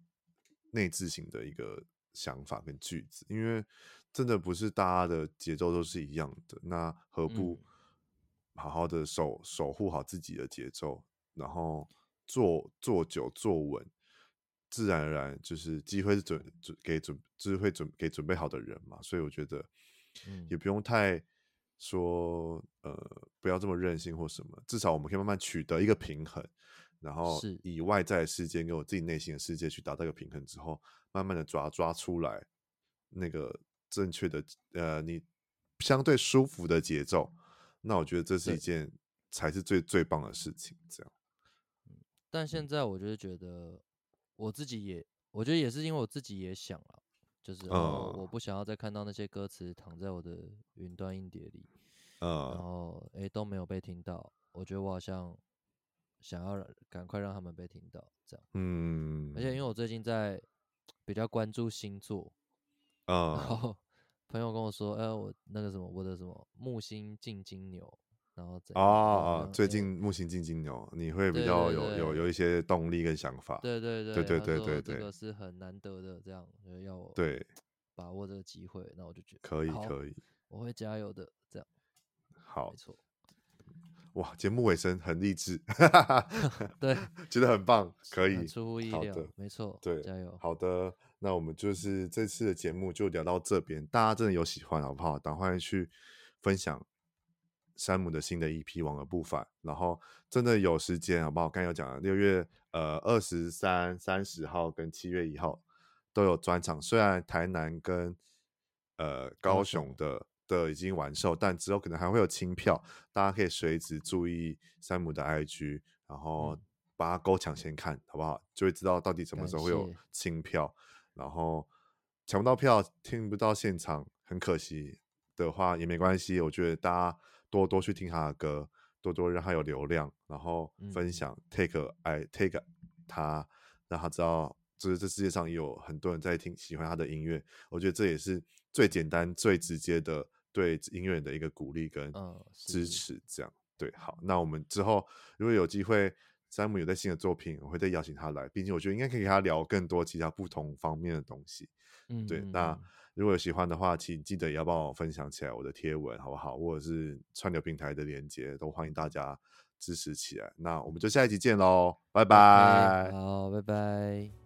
内置型的一个想法跟句子，因为真的不是大家的节奏都是一样的，那何
嗯，
不好好的守守护好自己的节奏，然后做做久做稳，自然而然就是机会是准准给准，就是会准给准备好的人嘛，所以我觉得
嗯，
也不用太说呃不要这么任性或什么，至少我们可以慢慢取得一个平衡，然后
是，
以外在的世界跟我自己内心的世界去达到一个平衡之后，慢慢的抓抓出来，那个正确的呃，你相对舒服的节奏，那我觉得这是一
对
件才是最最棒的事情。这样，
但现在我就是觉得我自己也，我觉得也是因为我自己也想了，就是、哦，
嗯
我不想要再看到那些歌词躺在我的云端硬碟里，然
呃，
后诶、都没有被听到。我觉得我好像想要让赶快让他们被听到，这样。
嗯，
而且因为我最近在比较关注星座，然
啊，
后朋友跟我说，哎、我那个什么，我的什么木星进金牛，然后怎
啊
样
啊，
怎
啊
样
最
因为
近木星进金牛，你会比
对
较
对
有有
对
有一些动力跟想法。
对对
对对
他
对
说
对
这
对
个是很难得的，这样就是要我
对，
把握这个机会，那我就觉得
可以
好，
可以，
我会加油的，这样
好
没错，
哇，节目尾声很励志，
对，
觉得很棒，可以
很，出乎意
好
料
的，
没错，
对
加油，
好的，那我们就是这次的节目就聊到这边，大家真的有喜欢好不好？赶快去分享山姆的新的 EP《往而不返》，然后真的有时间好不好？刚才有讲了，六月呃二十三、三十号跟七月一号都有专场，虽然台南跟呃高
高
雄
雄
的。的已经完售，但之后可能还会有清票，大家可以随时注意山姆的 IG，然后
嗯
把它勾抢先看，好不好？就会知道到底什么
感
时候会有
谢
清票。然后抢不到票，听不到现场，很可惜的话也没关系。我觉得大家多多去听他的歌，多多让他有流量，然后
嗯
分
嗯
享、take 哎 take 他，让他知道，就是这世界上也有很多人在听喜欢他的音乐。我觉得这也是最简单、最直接的对音乐人的一个鼓励跟
嗯是
支
是
持。这样对，好，那我们之后如果有机会，山姆有在新的作品，我会再邀请他来。毕竟我觉得应该可以跟他聊更多其他不同方面的东西。
嗯，
对，
嗯
那
嗯
如果有喜欢的话，请记得也要帮我分享起来我的贴文，好不好？或者是串流平台的连接，都欢迎大家支持起来。那我们就下一集见喽，拜
OK，
拜。
嗯哎好，拜拜。